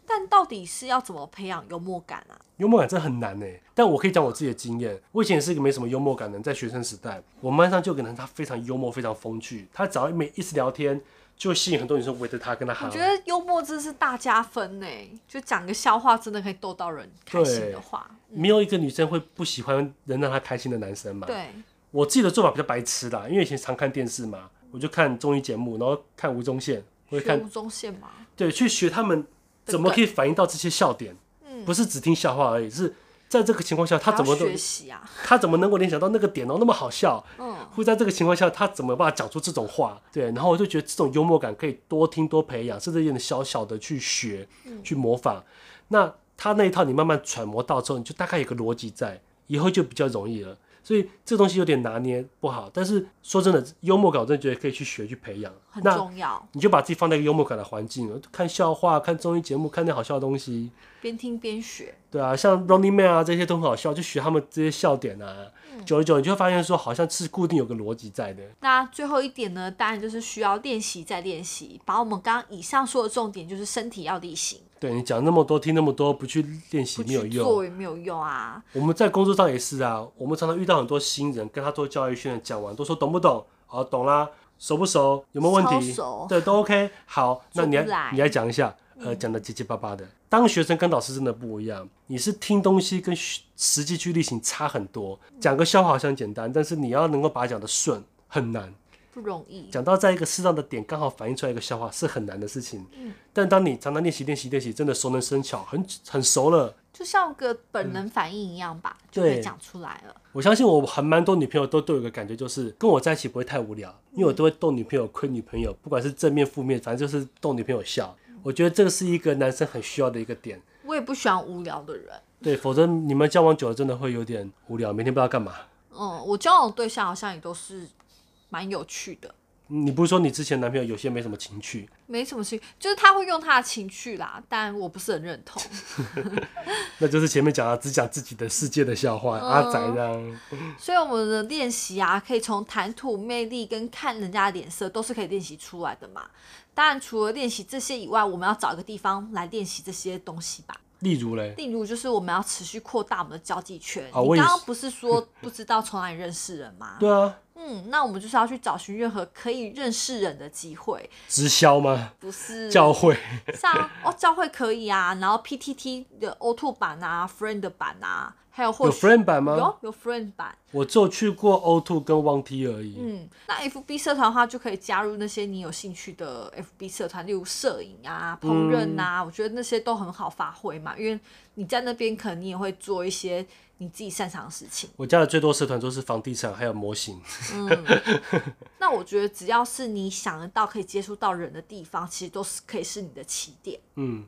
Speaker 1: 但到底是要怎么培养幽默感啊？
Speaker 2: 幽默感真的很难呢，欸但我可以讲我自己的经验。我以前也是一个没什么幽默感的人，在学生时代，我们班上就有个人，他非常幽默，非常风趣，他只要每一次聊天，就会吸引很多女生围着他跟他
Speaker 1: 我
Speaker 2: 喊
Speaker 1: 觉得幽默真是大加分呢、就讲个笑话真的可以逗到人开心的话，
Speaker 2: 没有一个女生会不喜欢能让她开心的男生嘛。
Speaker 1: 对，
Speaker 2: 我自己的做法比较白痴啦，因为以前常看电视嘛，我就看综艺节目，然后看吴宗宪，我会
Speaker 1: 学
Speaker 2: 看
Speaker 1: 吴宗宪嘛，
Speaker 2: 对去学他们怎么可以反映到这些笑点，
Speaker 1: 嗯
Speaker 2: 不是只听笑话而已，是在这个情况下他
Speaker 1: 还
Speaker 2: 怎么
Speaker 1: 要学
Speaker 2: 能
Speaker 1: 习啊？
Speaker 2: 他怎么能够联想到那个点哦那么好笑，
Speaker 1: 嗯，
Speaker 2: 会在这个情况下他怎么办法讲出这种话？对，然后我就觉得这种幽默感可以多听多培养，甚至有点小小的去学
Speaker 1: 嗯
Speaker 2: 去模仿。那他那一套你慢慢揣摩到之后，你就大概有个逻辑在，以后就比较容易了。所以这东西有点拿捏不好，但是说真的，幽默感我真的觉得可以去学去培养。
Speaker 1: 很
Speaker 2: 那
Speaker 1: 重要，
Speaker 2: 你就把自己放在一个幽默感的环境，看笑话、看综艺节目、看点好笑的东西，
Speaker 1: 边听边学。
Speaker 2: 对啊，像 Running Man 啊这些都很好笑，就学他们这些笑点啊。
Speaker 1: 嗯
Speaker 2: 久而久，你就会发现说，好像是固定有个逻辑在的。
Speaker 1: 那最后一点呢，当然就是需要练习再练习，把我们刚刚以上说的重点，就是身体要力行，
Speaker 2: 对你讲那么多，听那么多，不去练习
Speaker 1: 不
Speaker 2: 没有
Speaker 1: 去
Speaker 2: 用。
Speaker 1: 做也没有用啊。
Speaker 2: 我们在工作上也是啊，我们常常遇到很多新人，跟他做教育训练，讲完都说懂不懂？哦，懂啦。熟不熟？有没有问题
Speaker 1: 超熟？
Speaker 2: 对，都 OK。好，那你
Speaker 1: 做不来嗯
Speaker 2: 来你来讲一下，呃，讲的结结巴巴的。当学生跟老师真的不一样，你是听东西跟实实际去例行差很多。讲个笑话好像简单，但是你要能够把它讲得顺很难。
Speaker 1: 不容易，
Speaker 2: 讲到在一个适当的点，刚好反映出来一个笑话，是很难的事情。但当你常常练习、练习、练习，真的熟能生巧，很很熟了。
Speaker 1: 就像个本能反应一样吧，就可以讲出来了。
Speaker 2: 我相信我很蛮多女朋友都都有一个感觉，就是跟我在一起不会太无聊，因为我都会逗女朋友、亏女朋友，不管是正面、负面，反正就是逗女朋友笑。我觉得这个是一个男生很需要的一个点，
Speaker 1: 我也不喜欢无聊的人。
Speaker 2: 对，否则你们交往久了真的会有点无聊，每天不知道干嘛。
Speaker 1: 嗯，我交往的对象好像也都是蛮有趣的，
Speaker 2: 你不是说你之前男朋友有些没什么情趣，
Speaker 1: 没什么兴，就是他会用他的情绪啦，但我不是很认同。
Speaker 2: 那就是前面讲的只讲自己的世界的笑话，阿宅这样。
Speaker 1: 所以我们的练习啊，可以从谈吐、魅力跟看人家的脸色都是可以练习出来的嘛。当然，除了练习这些以外，我们要找一个地方来练习这些东西吧。
Speaker 2: 例如嘞，
Speaker 1: 例如，就是我们要持续扩大我们的交际圈。
Speaker 2: 啊我
Speaker 1: 你
Speaker 2: 也
Speaker 1: 刚
Speaker 2: 是
Speaker 1: 刚不是说不知道从哪里认识人吗？
Speaker 2: 对啊，
Speaker 1: 嗯，那我们就是要去找寻任何可以认识人的机会，
Speaker 2: 直销吗？
Speaker 1: 不是
Speaker 2: 嗯教会
Speaker 1: 像哦教会可以啊，然后 PTT 的 O Two 版啊，Friend 版啊，还有或
Speaker 2: 有
Speaker 1: 许
Speaker 2: friend 版吗？
Speaker 1: 有有 friend 版，
Speaker 2: 我只有去过 O two 跟 One T 而已。
Speaker 1: 嗯，那 FB 社团的话，就可以加入那些你有兴趣的 FB 社团，例如摄影啊、烹饪
Speaker 2: 嗯
Speaker 1: 啊，我觉得那些都很好发挥嘛，因为你在那边可能你也会做一些你自己擅长的事情。
Speaker 2: 我加的最多社团都是房地产还有模型。
Speaker 1: 那我觉得只要是你想得到可以接触到人的地方，其实都是可以是你的起点。
Speaker 2: 嗯，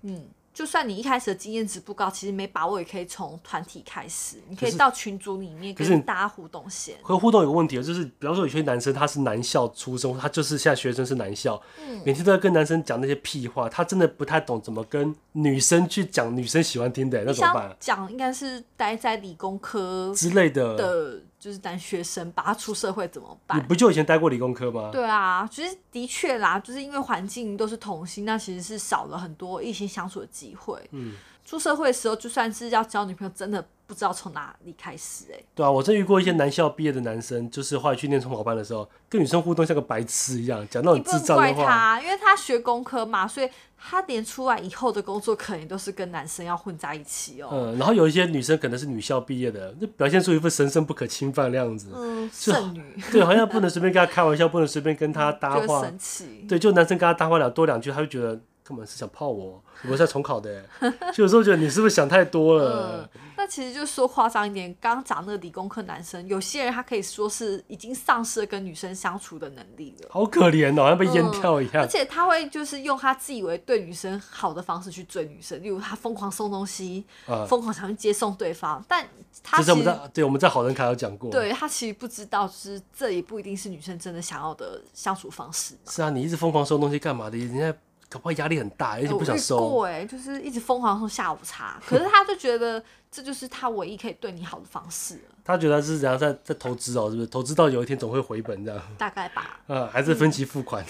Speaker 1: 就算你一开始的经验值不高，其实没把握也可以从团体开始，你可
Speaker 2: 可
Speaker 1: 以
Speaker 2: 是
Speaker 1: 到群组里面
Speaker 2: 可是
Speaker 1: 跟大家互动先。
Speaker 2: 和互动有个问题，就是比方说有些男生他是男校出身，他就是现在学生是男校，
Speaker 1: 嗯
Speaker 2: 每天都在跟男生讲那些屁话，他真的不太懂怎么跟女生去讲女生喜欢听的，那
Speaker 1: 你
Speaker 2: 怎么
Speaker 1: 想
Speaker 2: 办啊
Speaker 1: 讲应该是待在理工科
Speaker 2: 之类的？
Speaker 1: 的，就是男学生吧，他出社会怎么办
Speaker 2: 你？不就以前待过理工科吗？
Speaker 1: 对啊，其实的确啦，就是因为环境都是同性，那其实是少了很多异性相处的机会。嗯，出社会的时候，就算是要交女朋友，真的不知道从哪里开始、欸。
Speaker 2: 对啊，我真遇过一些男校毕业的男生，就是后来去念中考班的时候，跟女生互动像个白痴一样，讲那
Speaker 1: 你
Speaker 2: 种
Speaker 1: 不
Speaker 2: 智
Speaker 1: 能
Speaker 2: 障
Speaker 1: 怪
Speaker 2: 的话。
Speaker 1: 他，因为他学工科嘛，所以他连出来以后的工作可能都是跟男生要混在一起哦。
Speaker 2: 嗯，然后有一些女生可能是女校毕业的，就表现出一副神圣不可侵犯的样子。
Speaker 1: 嗯，剩女
Speaker 2: 对，好像不能随便跟他开玩笑，不能随便跟他搭
Speaker 1: 嗯就会
Speaker 2: 话。
Speaker 1: 生气。
Speaker 2: 对，就男生跟他搭话聊多两句，他就觉得根本是想泡我，我在重考的欸。 就有时候觉得你是不是想太多了？
Speaker 1: 那其实就说夸张一点，刚刚讲那个理工科男生，有些人他可以说是已经丧失了跟女生相处的能力了。
Speaker 2: 好可怜哦，好像被淹掉一
Speaker 1: 嗯而
Speaker 2: 样。
Speaker 1: 且他会就是用他自以为对女生好的方式去追女生，例如他疯狂送东西，
Speaker 2: 啊
Speaker 1: 疯、狂想去接送对方，但他
Speaker 2: 这是我
Speaker 1: 其
Speaker 2: 们
Speaker 1: 实
Speaker 2: 在对我们在好人卡有讲过。，
Speaker 1: 对他其实不知道，就是这也不一定是女生真的想要的相处方式。
Speaker 2: 是啊，你一直疯狂收东西干嘛的？人家搞不好压力很大，而且
Speaker 1: 我
Speaker 2: 不想
Speaker 1: 遇
Speaker 2: 收。
Speaker 1: 过哎、就是一直疯狂送下午茶，可是他就觉得这就是他唯一可以对你好的方式了，
Speaker 2: 他觉得是怎样在在投资哦，是不是？投资到有一天总会回本这样，
Speaker 1: 大概吧。
Speaker 2: 啊，还是分期付款。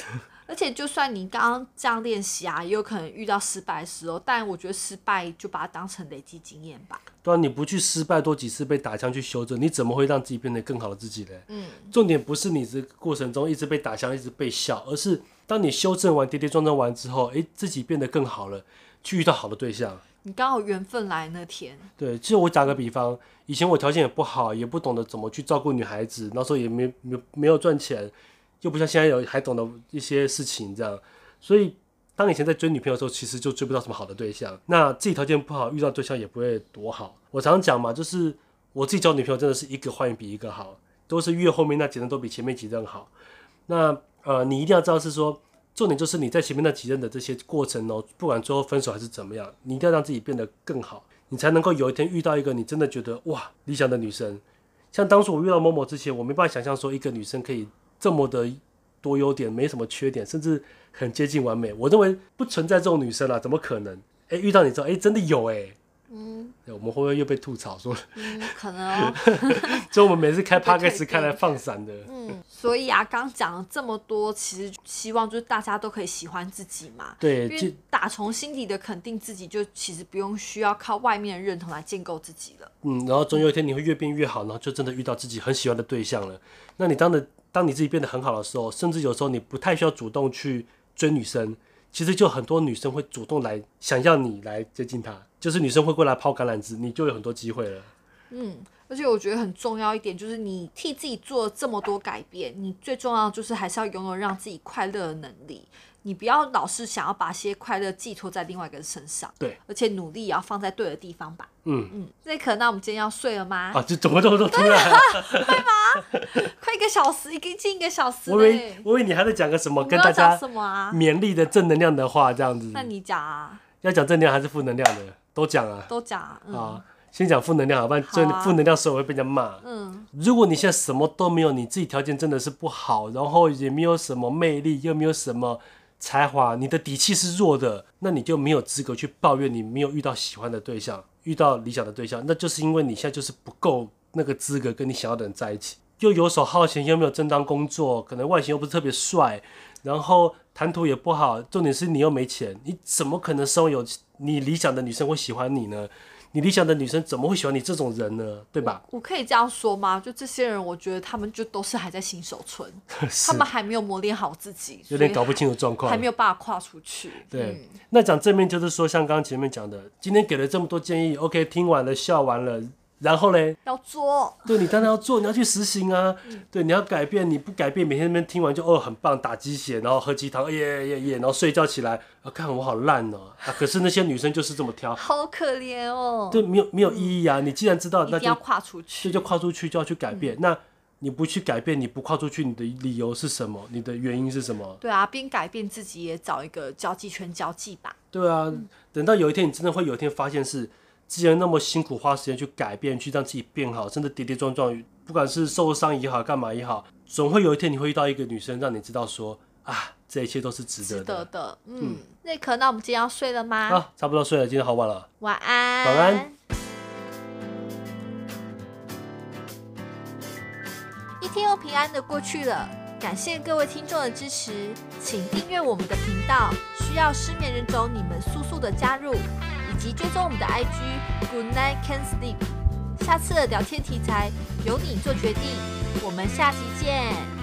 Speaker 1: 而且就算你刚刚这样练习啊，也有可能遇到失败的时候，但我觉得失败就把它当成累积经验吧。
Speaker 2: 对啊，你不去失败多几次被打枪去修正，你怎么会让自己变得更好的自己嘞？
Speaker 1: 嗯，
Speaker 2: 重点不是你这个过程中一直被打枪，一直被笑，而是当你修正完、跌跌撞撞完之后，诶，自己变得更好了，去遇到好的对象。
Speaker 1: 你刚好缘分来那天，
Speaker 2: 对，就我打个比方，以前我条件也不好，也不懂得怎么去照顾女孩子，那时候也没没没有赚钱，又不像现在有还懂得一些事情这样，所以当以前在追女朋友的时候，其实就追不到什么好的对象。那自己条件不好，遇到对象也不会多好。我常常讲嘛，就是我自己交女朋友真的是一个换比一个好，都是越后面那几任都比前面几任好。那呃，你一定要知道是说，重点就是你在前面那几任的这些过程哦，不管最后分手还是怎么样，你一定要让自己变得更好，你才能够有一天遇到一个你真的觉得哇理想的女生。像当初我遇到某某之前，我没办法想象说一个女生可以这么的多优点，没什么缺点，甚至很接近完美。我认为不存在这种女生啦、怎么可能？哎，遇到你之后，哎，真的有哎、
Speaker 1: 嗯，
Speaker 2: 我们会不会又被吐槽说，
Speaker 1: 嗯可能、哦。
Speaker 2: 就我们每次开
Speaker 1: 被退
Speaker 2: podcast 开来
Speaker 1: 订
Speaker 2: 放闪的？
Speaker 1: 嗯，所以啊，刚讲了这么多，其实希望就是大家都可以喜欢自己嘛，
Speaker 2: 对，
Speaker 1: 因
Speaker 2: 就
Speaker 1: 为打从心底的肯定自己，就其实不用需要靠外面的认同来建构自己了。
Speaker 2: 嗯，然后总有一天你会越变越好，然后就真的遇到自己很喜欢的对象了。那你当的当你自己变得很好的时候，甚至有时候你不太需要主动去追女生，其实就很多女生会主动来想要你来接近她，就是女生会过来抛橄榄枝，你就有很多机会了。
Speaker 1: 而且我觉得很重要一点就是，你替自己做了这么多改变，你最重要的就是还是要拥有让自己快乐的能力。你不要老是想要把些快乐寄托在另外一个人身上，
Speaker 2: 对，
Speaker 1: 而且努力也要放在对的地方吧。
Speaker 2: 嗯
Speaker 1: 嗯，那可那我们今天要睡了吗？
Speaker 2: 啊，就怎么这么多突然？
Speaker 1: 快一个小时，已经近一个小时
Speaker 2: 我以为
Speaker 1: 嘞。
Speaker 2: 我以为你还在讲个什么
Speaker 1: 我
Speaker 2: 跟
Speaker 1: 们要
Speaker 2: 大
Speaker 1: 讲
Speaker 2: 家嗯
Speaker 1: 什么啊？
Speaker 2: 勉励的正能量的话，这样子
Speaker 1: 那你讲啊，
Speaker 2: 要讲正能量还是负能量的都讲啊
Speaker 1: 都讲啊。嗯
Speaker 2: 啊，先讲负能量好，不然这
Speaker 1: 好啊
Speaker 2: 负能量收尾会被人家骂。
Speaker 1: 嗯，
Speaker 2: 如果你现在什么都没有，你自己条件真的是不好，然后也没有什么魅力，又没有什么才华，你的底气是弱的，那你就没有资格去抱怨你没有遇到喜欢的对象，遇到理想的对象，那就是因为你现在就是不够那个资格跟你想要的人在一起，又游手好闲，又没有正当工作，可能外形又不是特别帅，然后谈吐也不好，重点是你又没钱，你怎么可能身为有你理想的女生会喜欢你呢？你理想的女生怎么会喜欢你这种人呢？对吧？
Speaker 1: 我可以这样说吗？就这些人，我觉得他们就都是还在新手村，
Speaker 2: 是
Speaker 1: 他们还没有磨练好自己，
Speaker 2: 有点
Speaker 1: 所
Speaker 2: 搞
Speaker 1: 以
Speaker 2: 不清楚状况
Speaker 1: 还。没有办法跨出去。
Speaker 2: 对
Speaker 1: 嗯，
Speaker 2: 那讲正面就是说，像刚刚前面讲的，今天给了这么多建议，OK，听完了笑完了，然后嘞，
Speaker 1: 要做，
Speaker 2: 对你当然要做，你要去实行啊。
Speaker 1: 嗯
Speaker 2: 对，你要改变，你不改变，每天那边听完就哦很棒，打鸡血，然后喝鸡汤，哎耶耶耶，然后睡觉起来，啊，看我好烂哦、啊。可是那些女生就是这么挑，
Speaker 1: 好可怜哦。
Speaker 2: 对，没有没有意义啊。你既然知道，
Speaker 1: 一
Speaker 2: 那
Speaker 1: 定
Speaker 2: 就
Speaker 1: 要嗯跨出
Speaker 2: 所
Speaker 1: 去。
Speaker 2: 以就跨出去就要去改变。那你不去改变，你不跨出去，你的理由是什么？你的原因是什么？
Speaker 1: 对啊，边改变自己，也找一个交际圈交际吧。
Speaker 2: 对啊，
Speaker 1: 嗯
Speaker 2: 等到有一天你真的会有一天发现是，既然那么辛苦花时间去改变，去让自己变好，真的跌跌撞撞，不管是受伤也好，干嘛也好，总会有一天你会遇到一个女生，让你知道说啊，这一切都是值
Speaker 1: 值
Speaker 2: 得的。
Speaker 1: 得的，嗯，瑞可，那我们今天要睡了吗？
Speaker 2: 啊，差不多睡了，今天好晚了。
Speaker 1: 晚安，
Speaker 2: 晚安。
Speaker 1: 一天又平安的过去了，感谢各位听众的支持，请订阅我们的频道，需要失眠人种你们速速的加入，以及追踪我们的 IG Good Night Can Sleep。下次的聊天题材由你做决定，我们下期见。